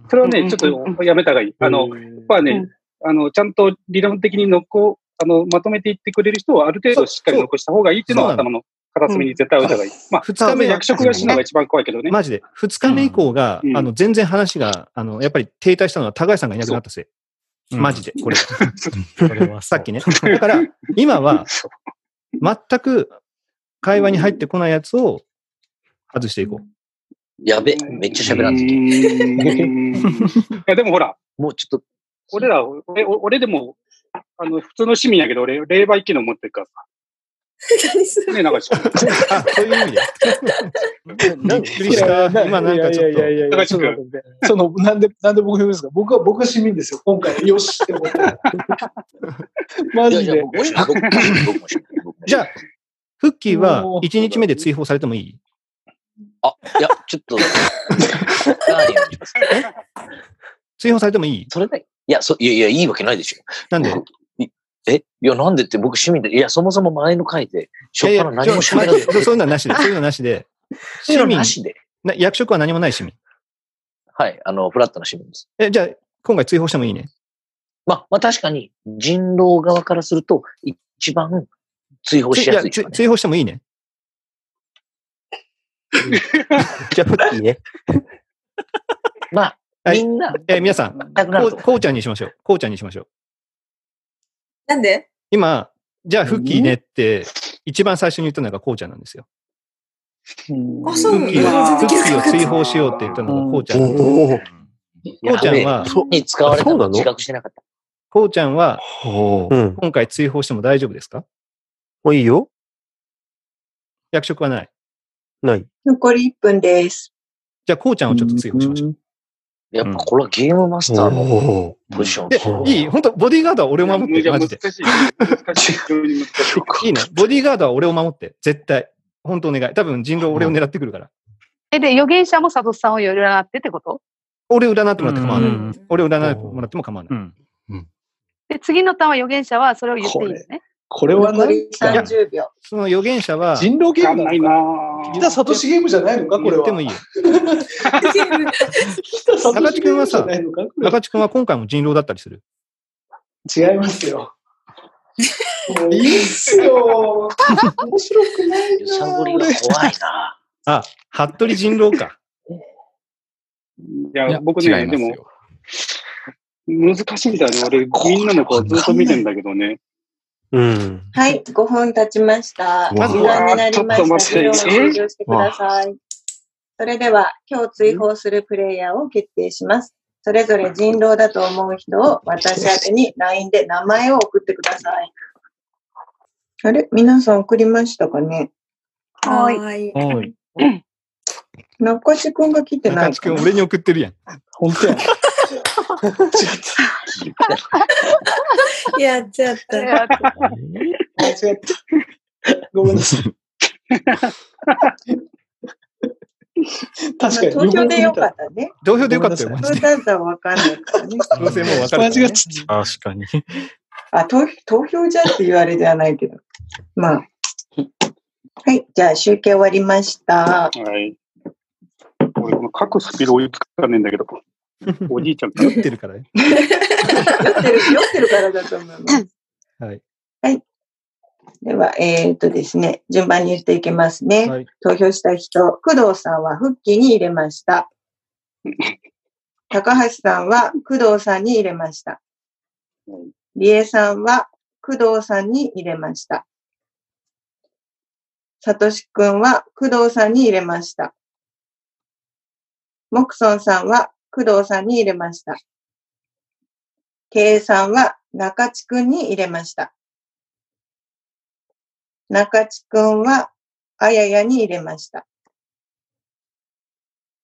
[SPEAKER 1] それはね、ちょっとやめた方がいい。あの、やっぱね、あの、ちゃんと理論的に残、あの、まとめていってくれる人をある程度しっかり残した方がいいっていうのは頭の片隅に絶対置いた方がいい。まあ、
[SPEAKER 2] 二日
[SPEAKER 1] 二
[SPEAKER 2] 目
[SPEAKER 1] 日目役職が死ぬのが一番怖いけどね。
[SPEAKER 2] マジで。二日目以降が、あの、全然話が、あの、やっぱり停滞したのは高橋さんがいなくなったせい。
[SPEAKER 1] うん
[SPEAKER 2] マジで、これ。さっきね。だから、今は、全く会話に入ってこないやつを外していこう。
[SPEAKER 4] やべ、めっちゃ喋らんといけ ん
[SPEAKER 1] いや、でもほら、
[SPEAKER 4] もうちょっと、
[SPEAKER 1] 俺ら、俺、俺でも、あの、普通の市民やけど、俺、霊媒機能持ってるからさ。ね、なんか、
[SPEAKER 2] あ、そういう意味で。
[SPEAKER 5] びっ
[SPEAKER 2] くりした今なんかちょっと
[SPEAKER 5] 高橋君。その、なんで、なんで僕言うんですか僕は、僕は市民ですよ。今回、よしって思った。マジで。
[SPEAKER 2] じゃあ、フッキーは1日目で追放されてもいい
[SPEAKER 4] いや、ちょっと、
[SPEAKER 2] 追放されてもいい
[SPEAKER 4] それで、いや、そいやいや、いいわけないでしょ。
[SPEAKER 2] なんで
[SPEAKER 4] えいや、なんでって僕市民で、いや、そもそも前の回で、しょっぱら
[SPEAKER 2] いや
[SPEAKER 4] 何
[SPEAKER 2] い
[SPEAKER 4] も
[SPEAKER 2] や
[SPEAKER 4] 喋ら
[SPEAKER 2] ちょまあ
[SPEAKER 4] ない。
[SPEAKER 2] そういうのは なしで、そういうのはなしで。
[SPEAKER 4] そういうのなしで
[SPEAKER 2] な役職は何もない市民。
[SPEAKER 4] はい、あの、フラットな市民です。
[SPEAKER 2] え、じゃあ、今回追放してもいいね。
[SPEAKER 4] まあ、まあ確かに、人狼側からすると、一番追放しやすいでしょうね。
[SPEAKER 2] つ追放してもい いね。じゃあ、フッキーね。
[SPEAKER 4] ま
[SPEAKER 2] あ、
[SPEAKER 4] みんな。
[SPEAKER 2] えー、皆さん、こうこうちゃんにしましょう。こうちゃんにしましょう。
[SPEAKER 16] なんで
[SPEAKER 2] 今、じゃあ、フッキーねって、一番最初に言ったのがこうちゃんなんですよ。
[SPEAKER 16] あ、そう
[SPEAKER 2] フ
[SPEAKER 16] なん
[SPEAKER 2] ッキー
[SPEAKER 16] だ。
[SPEAKER 2] はフ
[SPEAKER 16] 全
[SPEAKER 2] ッキ
[SPEAKER 16] 然気づかな
[SPEAKER 2] ーを追
[SPEAKER 16] かっ
[SPEAKER 2] 放しようって言ったのがこうちゃん。
[SPEAKER 7] お
[SPEAKER 2] こうちゃんは、
[SPEAKER 4] そに使われた
[SPEAKER 2] そうな
[SPEAKER 4] の
[SPEAKER 2] の
[SPEAKER 4] 自覚してなかった。
[SPEAKER 2] こうちゃんは、
[SPEAKER 7] うん
[SPEAKER 2] 今回追放しても大丈夫ですか
[SPEAKER 15] もういいよ。
[SPEAKER 2] 役職はない。
[SPEAKER 15] ない。
[SPEAKER 8] 残り1分です。
[SPEAKER 2] じゃあ、こうちゃんをちょっと追放しましょう。
[SPEAKER 4] やっぱこれはゲームマスターのポジション。
[SPEAKER 2] で、いい本当ボディーガードは俺を守って、マジで。 いいね。ボディーガードは俺を守って、絶対。本当お願い。多分人狼俺を狙ってくるから。
[SPEAKER 13] え、で、預言者も佐藤さんをより占ってってこと
[SPEAKER 2] 俺を占ってもらって構わない。俺を占ってもらっても構わない。
[SPEAKER 13] で、次のターンは預言者はそれを言っていいですね。
[SPEAKER 5] これは何
[SPEAKER 8] 30秒。
[SPEAKER 2] その預言者は、
[SPEAKER 5] 人狼ゲームな
[SPEAKER 1] ないな
[SPEAKER 5] 北里志ゲームじゃないのかこれ
[SPEAKER 2] 言
[SPEAKER 5] は。
[SPEAKER 2] ってもいいよ。中地
[SPEAKER 5] 北里志ゲー
[SPEAKER 2] 君
[SPEAKER 5] ム
[SPEAKER 2] は
[SPEAKER 5] じゃ
[SPEAKER 2] さ
[SPEAKER 5] ないのかこ、れ
[SPEAKER 2] 中地君は今回も人狼だったりする。
[SPEAKER 5] 違いますよ。もういいっすよ。面白くないな。
[SPEAKER 4] サボりが怖いな。
[SPEAKER 2] あ、服部人狼か。
[SPEAKER 1] いや、僕
[SPEAKER 2] 違
[SPEAKER 1] ね、
[SPEAKER 2] い
[SPEAKER 1] で
[SPEAKER 2] ます
[SPEAKER 1] も、難しいんだよね。俺、みんなの顔ずっと見てんだけど ね。
[SPEAKER 15] うん。
[SPEAKER 8] はい、5分経ちました。
[SPEAKER 1] うわ
[SPEAKER 8] 時間になりま
[SPEAKER 1] うわ
[SPEAKER 8] し
[SPEAKER 1] ちょ
[SPEAKER 8] た。
[SPEAKER 1] っと待って
[SPEAKER 8] 議論を終了してください。それでは、今日追放するプレイヤーを決定します。それぞれ人狼だと思う人を私宛てに LINE で名前を送ってください。あれ皆さん送りましたかねはい。
[SPEAKER 2] はい。
[SPEAKER 8] 中地くんが来てな
[SPEAKER 2] 中
[SPEAKER 8] い
[SPEAKER 2] 地
[SPEAKER 8] か
[SPEAKER 2] 君、
[SPEAKER 8] な
[SPEAKER 2] 俺に送ってるやん。
[SPEAKER 5] 本当や。
[SPEAKER 16] やっちゃった。やっちゃった。
[SPEAKER 5] 間違えた。ごめんなさい。確か
[SPEAKER 8] まあ
[SPEAKER 5] に。
[SPEAKER 8] 投票でよかったね。
[SPEAKER 2] 投票でよかったよ、
[SPEAKER 8] 投
[SPEAKER 2] マジ
[SPEAKER 8] 票
[SPEAKER 2] で。
[SPEAKER 8] だったらわかんないからね。
[SPEAKER 2] どうせもう分かるから、ね。 確かに。
[SPEAKER 8] あ、投投票じゃって言われではないけど。まあ。はい、じゃあ集計終わりました。
[SPEAKER 1] はい。俺、この書くスピード追いつかねえん だけど、おじいちゃんから。
[SPEAKER 2] 酔ってるからね。
[SPEAKER 8] 酔ってる、酔ってるからだと思います。
[SPEAKER 2] はい。
[SPEAKER 8] では、えーっとですね、順番に言っていきますね。投票した人、工藤さんは復帰に入れました。高橋さんは工藤さんに入れました。理恵さんは工藤さんに入れました。さとしくんは工藤さんに入れました。もくそんさんは工藤さんに入れました。けいさんは中地くんに入れました。中地くんはあややに入れました。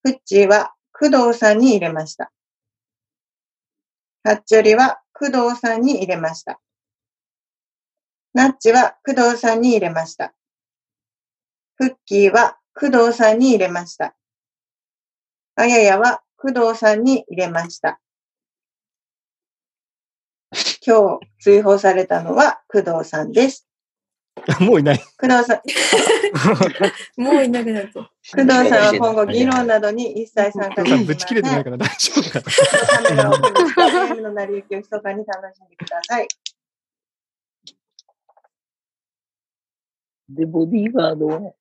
[SPEAKER 8] ふっちーは工藤さんに入れました。はっちょりは工藤さんに入れました。なっちは工藤さんに入れました。ふっきーは工藤さんに入れました。あややは工藤さんに入れました。今日追放されたのは工藤さんです。
[SPEAKER 2] もういない。
[SPEAKER 8] 工藤さん。 もういなくなった。工藤さんは今後議論などに一切参加
[SPEAKER 2] 工
[SPEAKER 8] で
[SPEAKER 2] 藤さん、
[SPEAKER 8] き
[SPEAKER 2] ぶち切れてないから大丈夫かな。
[SPEAKER 8] ゲームの成り行きを密かに楽しんでください。
[SPEAKER 4] で、ボディーガードは、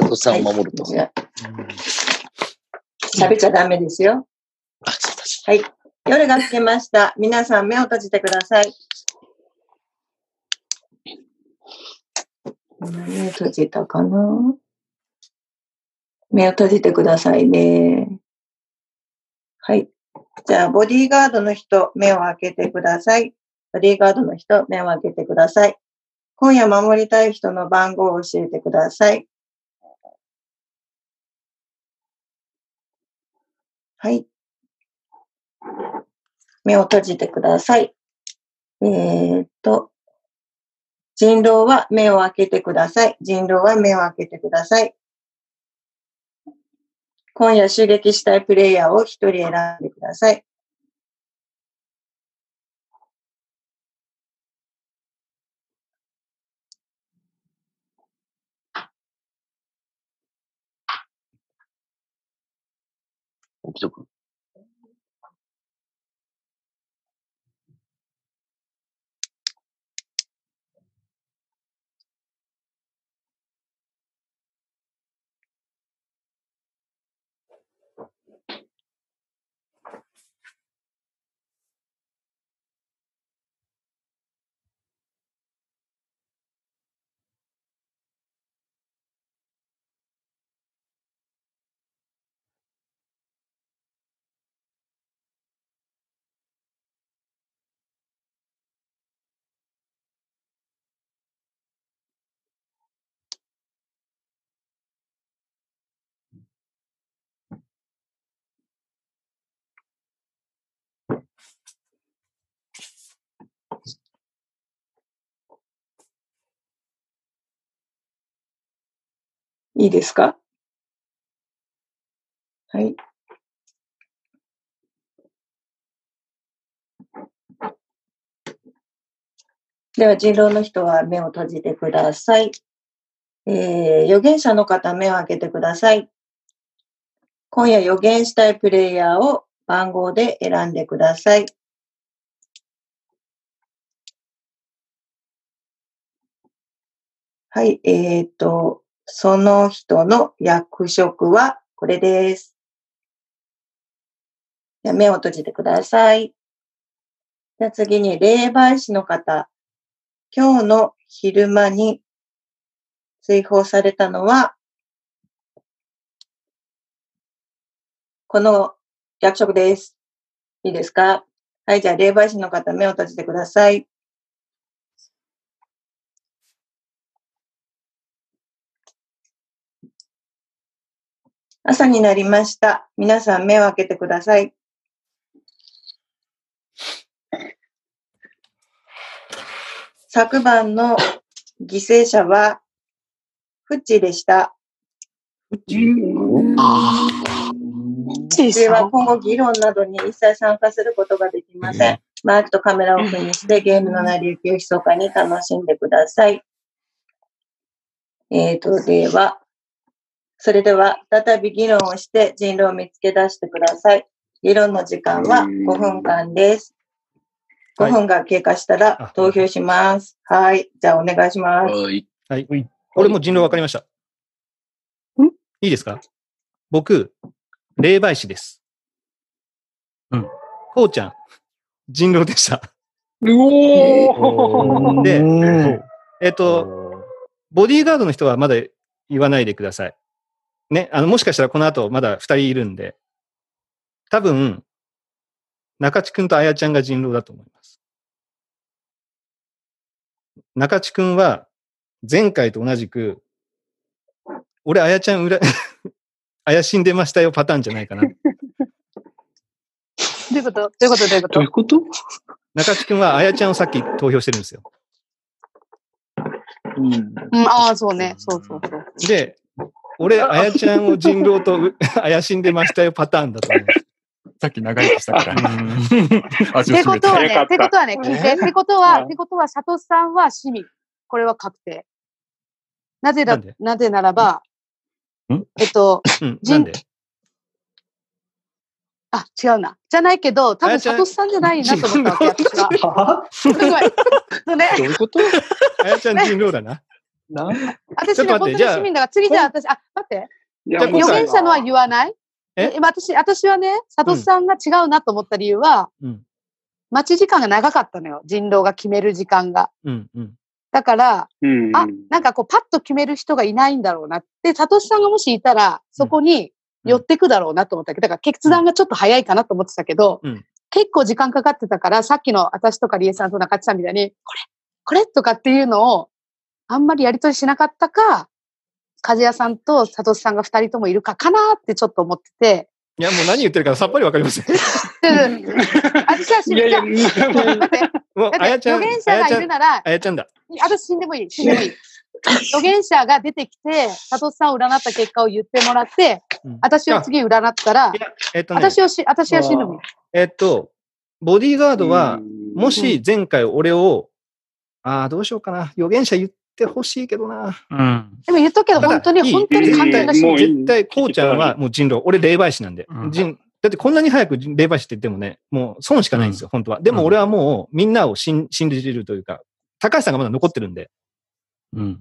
[SPEAKER 4] お父さんを守ると。
[SPEAKER 8] 喋っちゃダメですよ。はい。夜が更けました。皆さん目を閉じてください。目を閉じたかな目を閉じてくださいね。はい。じゃあ、ボディーガードの人、目を開けてください。ボディーガードの人、目を開けてください。今夜守りたい人の番号を教えてください。はい。目を閉じてください。えーっと、人狼は目を開けてください。人狼は目を開けてください。今夜襲撃したいプレイヤーを一人選んでください。
[SPEAKER 4] 起きとく。
[SPEAKER 8] いいですかはい。では、人狼の人は目を閉じてください。えー、預言者の方、目を開けてください。今夜予言したいプレイヤーを番号で選んでください。はい、えっ、と、その人の役職はこれです。じゃあ目を閉じてください。じゃあ次に霊媒師の方。今日の昼間に追放されたのは、この役職です。いいですかはい、じゃあ霊媒師の方目を閉じてください。朝になりました。皆さん目を開けてください。昨晩の犠牲者は、フッチーでした。私は今後議論などに一切参加することができません。マークとカメラをオフにしてゲームの成り行きを密かに楽しんでください。えーと、では、それでは再び議論をして人狼を見つけ出してください。議論の時間は5分間です。5分が経過したら投票します。はい。じゃあお願いします。
[SPEAKER 2] はい。俺もう人狼分かりました。いいですか僕、霊媒師です。うん。こうちゃん、人狼でした。
[SPEAKER 1] おー
[SPEAKER 2] で、えっと、ボディーガードの人はまだ言わないでください。ね、あの、もしかしたらこの後まだ二人いるんで、多分、中地くんとあやちゃんが人狼だと思います。中地くんは、前回と同じく、俺、あやちゃん裏、 怪しんでましたよパターンじゃない かな。
[SPEAKER 13] どういうことどういうことどういうこと
[SPEAKER 2] いうこと中地くんはあやちゃんをさっき投票してるんですよ。
[SPEAKER 13] うん、ああ、そうね。そうそうそう。
[SPEAKER 2] で、俺、あやちゃんを人狼とう 怪しんでましたよパターンだと思う。 さっき長生きしたから。
[SPEAKER 13] ってことはね、ってことはね、聞いて、ってことは、ってことは、佐藤さんは市民。これは確定。なぜだ、なぜならば、えっと、
[SPEAKER 2] うん、なんで
[SPEAKER 13] あ、違うな。じゃないけど、多分佐藤さんじゃないなと思ったわけ、私は。ごめんごめん。そう ね。
[SPEAKER 2] どういうことあやちゃん人狼だな。
[SPEAKER 13] 私
[SPEAKER 2] ちょっ
[SPEAKER 13] ね、
[SPEAKER 2] と
[SPEAKER 13] 本当
[SPEAKER 2] 待っ
[SPEAKER 13] に
[SPEAKER 2] て、じゃ
[SPEAKER 13] 市
[SPEAKER 2] あ
[SPEAKER 13] 民、だから、次じゃあ私、あ、待って。
[SPEAKER 2] じゃあ
[SPEAKER 13] 予言者のは言わない
[SPEAKER 2] え
[SPEAKER 13] え私、私はね、佐藤さんが違うなと思った理由は、
[SPEAKER 2] うん
[SPEAKER 13] 待ち時間が長かったのよ。人狼が決める時間が。
[SPEAKER 2] うん、うん。
[SPEAKER 13] だから、
[SPEAKER 1] うん
[SPEAKER 13] あ、なんかこう、パッと決める人がいないんだろうなって、サトシさんがもしいたら、そこに寄ってくだろうなと思ったけど、だから決断がちょっと早いかなと思ってたけど、
[SPEAKER 2] うん
[SPEAKER 13] 結構時間かかってたから、さっきの私とかリエさんと中地さんみたいに、これ、これとかっていうのを、あんまりやりとりしなかったか、風谷さんとサトシさんが二人ともいるかかなってちょっと思ってて、
[SPEAKER 2] いや、もう何言ってるかさっぱりわかりません。
[SPEAKER 13] 私は死んじゃう。
[SPEAKER 2] もう、
[SPEAKER 13] だって
[SPEAKER 2] あやちゃん、
[SPEAKER 13] 予言者がいるなら
[SPEAKER 2] あやちゃんだ。
[SPEAKER 13] 私死んでもいい、死んでもいい。予言者が出てきて、佐藤さんを占った結果を言ってもらって、私を次占ったら、
[SPEAKER 2] えっとね
[SPEAKER 13] 私をし、私は死ぬもいい。
[SPEAKER 2] えっと、ボディーガードは、もし前回俺を、ああ、どうしようかな。予言者言ってほしいけどな。
[SPEAKER 6] うん。
[SPEAKER 13] でも言っとくけど、本当に、本当に簡単だし、
[SPEAKER 2] 絶対、こうちゃんはもう人狼。俺、霊媒師なんで。人だってこんなに早く霊媒師って言ってもね、もう損しかないんですよ、本当は。でも俺はもうみんなを信信じるというか、高橋さんがまだ残ってるんで。
[SPEAKER 6] うん。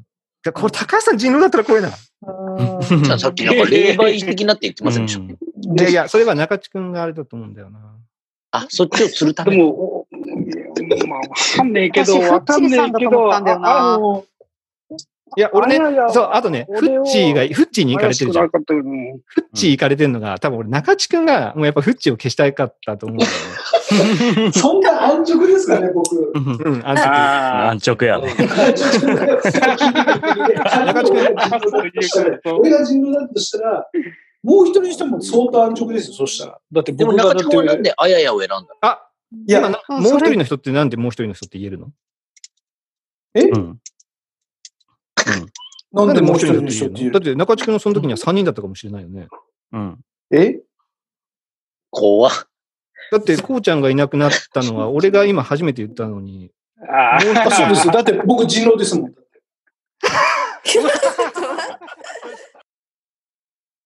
[SPEAKER 2] これ高橋さん人狼だったらこれだな。
[SPEAKER 4] さんさっきなんか霊媒師的なって言ってませんでした、
[SPEAKER 2] いやいや、それは中地君があれだと思うんだよな。
[SPEAKER 4] あ、そっちをするため
[SPEAKER 1] でも、まあ、わかんねえけど、
[SPEAKER 2] 私
[SPEAKER 1] わかんねえけど、ああの
[SPEAKER 2] いや、俺ね、
[SPEAKER 1] いやいや
[SPEAKER 2] そう、あとね、フ
[SPEAKER 1] 俺を
[SPEAKER 2] ッチーが、フッチーに行かれてるじゃん。
[SPEAKER 1] 怪
[SPEAKER 2] フ
[SPEAKER 1] しくなかったよね
[SPEAKER 2] ッチー行かれてるのが、多分俺、中地君が、もうやっぱフッチーを消したいかったと思うんだよ
[SPEAKER 17] そんな安直ですかね、僕。
[SPEAKER 2] ね。うん、
[SPEAKER 15] あ
[SPEAKER 2] 安
[SPEAKER 15] 直やね。
[SPEAKER 17] 中地君俺が人狼だとしたら、もう一人にしても相当安直ですよ、そしたら。だって
[SPEAKER 4] でも
[SPEAKER 17] 僕が
[SPEAKER 4] 中
[SPEAKER 17] だっ
[SPEAKER 4] 地
[SPEAKER 17] て
[SPEAKER 4] 君はなんであややを選んだの
[SPEAKER 2] あ、
[SPEAKER 17] いや、
[SPEAKER 2] もう一人の人ってなんでもう一人の人って言えるの
[SPEAKER 17] え
[SPEAKER 2] なんでもう一人の
[SPEAKER 17] な
[SPEAKER 2] 人
[SPEAKER 17] んでもう一人の人っ言える
[SPEAKER 2] ってて言えるのだって中地君のその時には3人だったかもしれないよね。
[SPEAKER 6] うん。
[SPEAKER 17] え
[SPEAKER 4] 怖
[SPEAKER 2] だって、こうちゃんがいなくなったのは、俺が今初めて言ったのに、
[SPEAKER 18] あ
[SPEAKER 2] あそうですよ。だって僕人狼ですもん。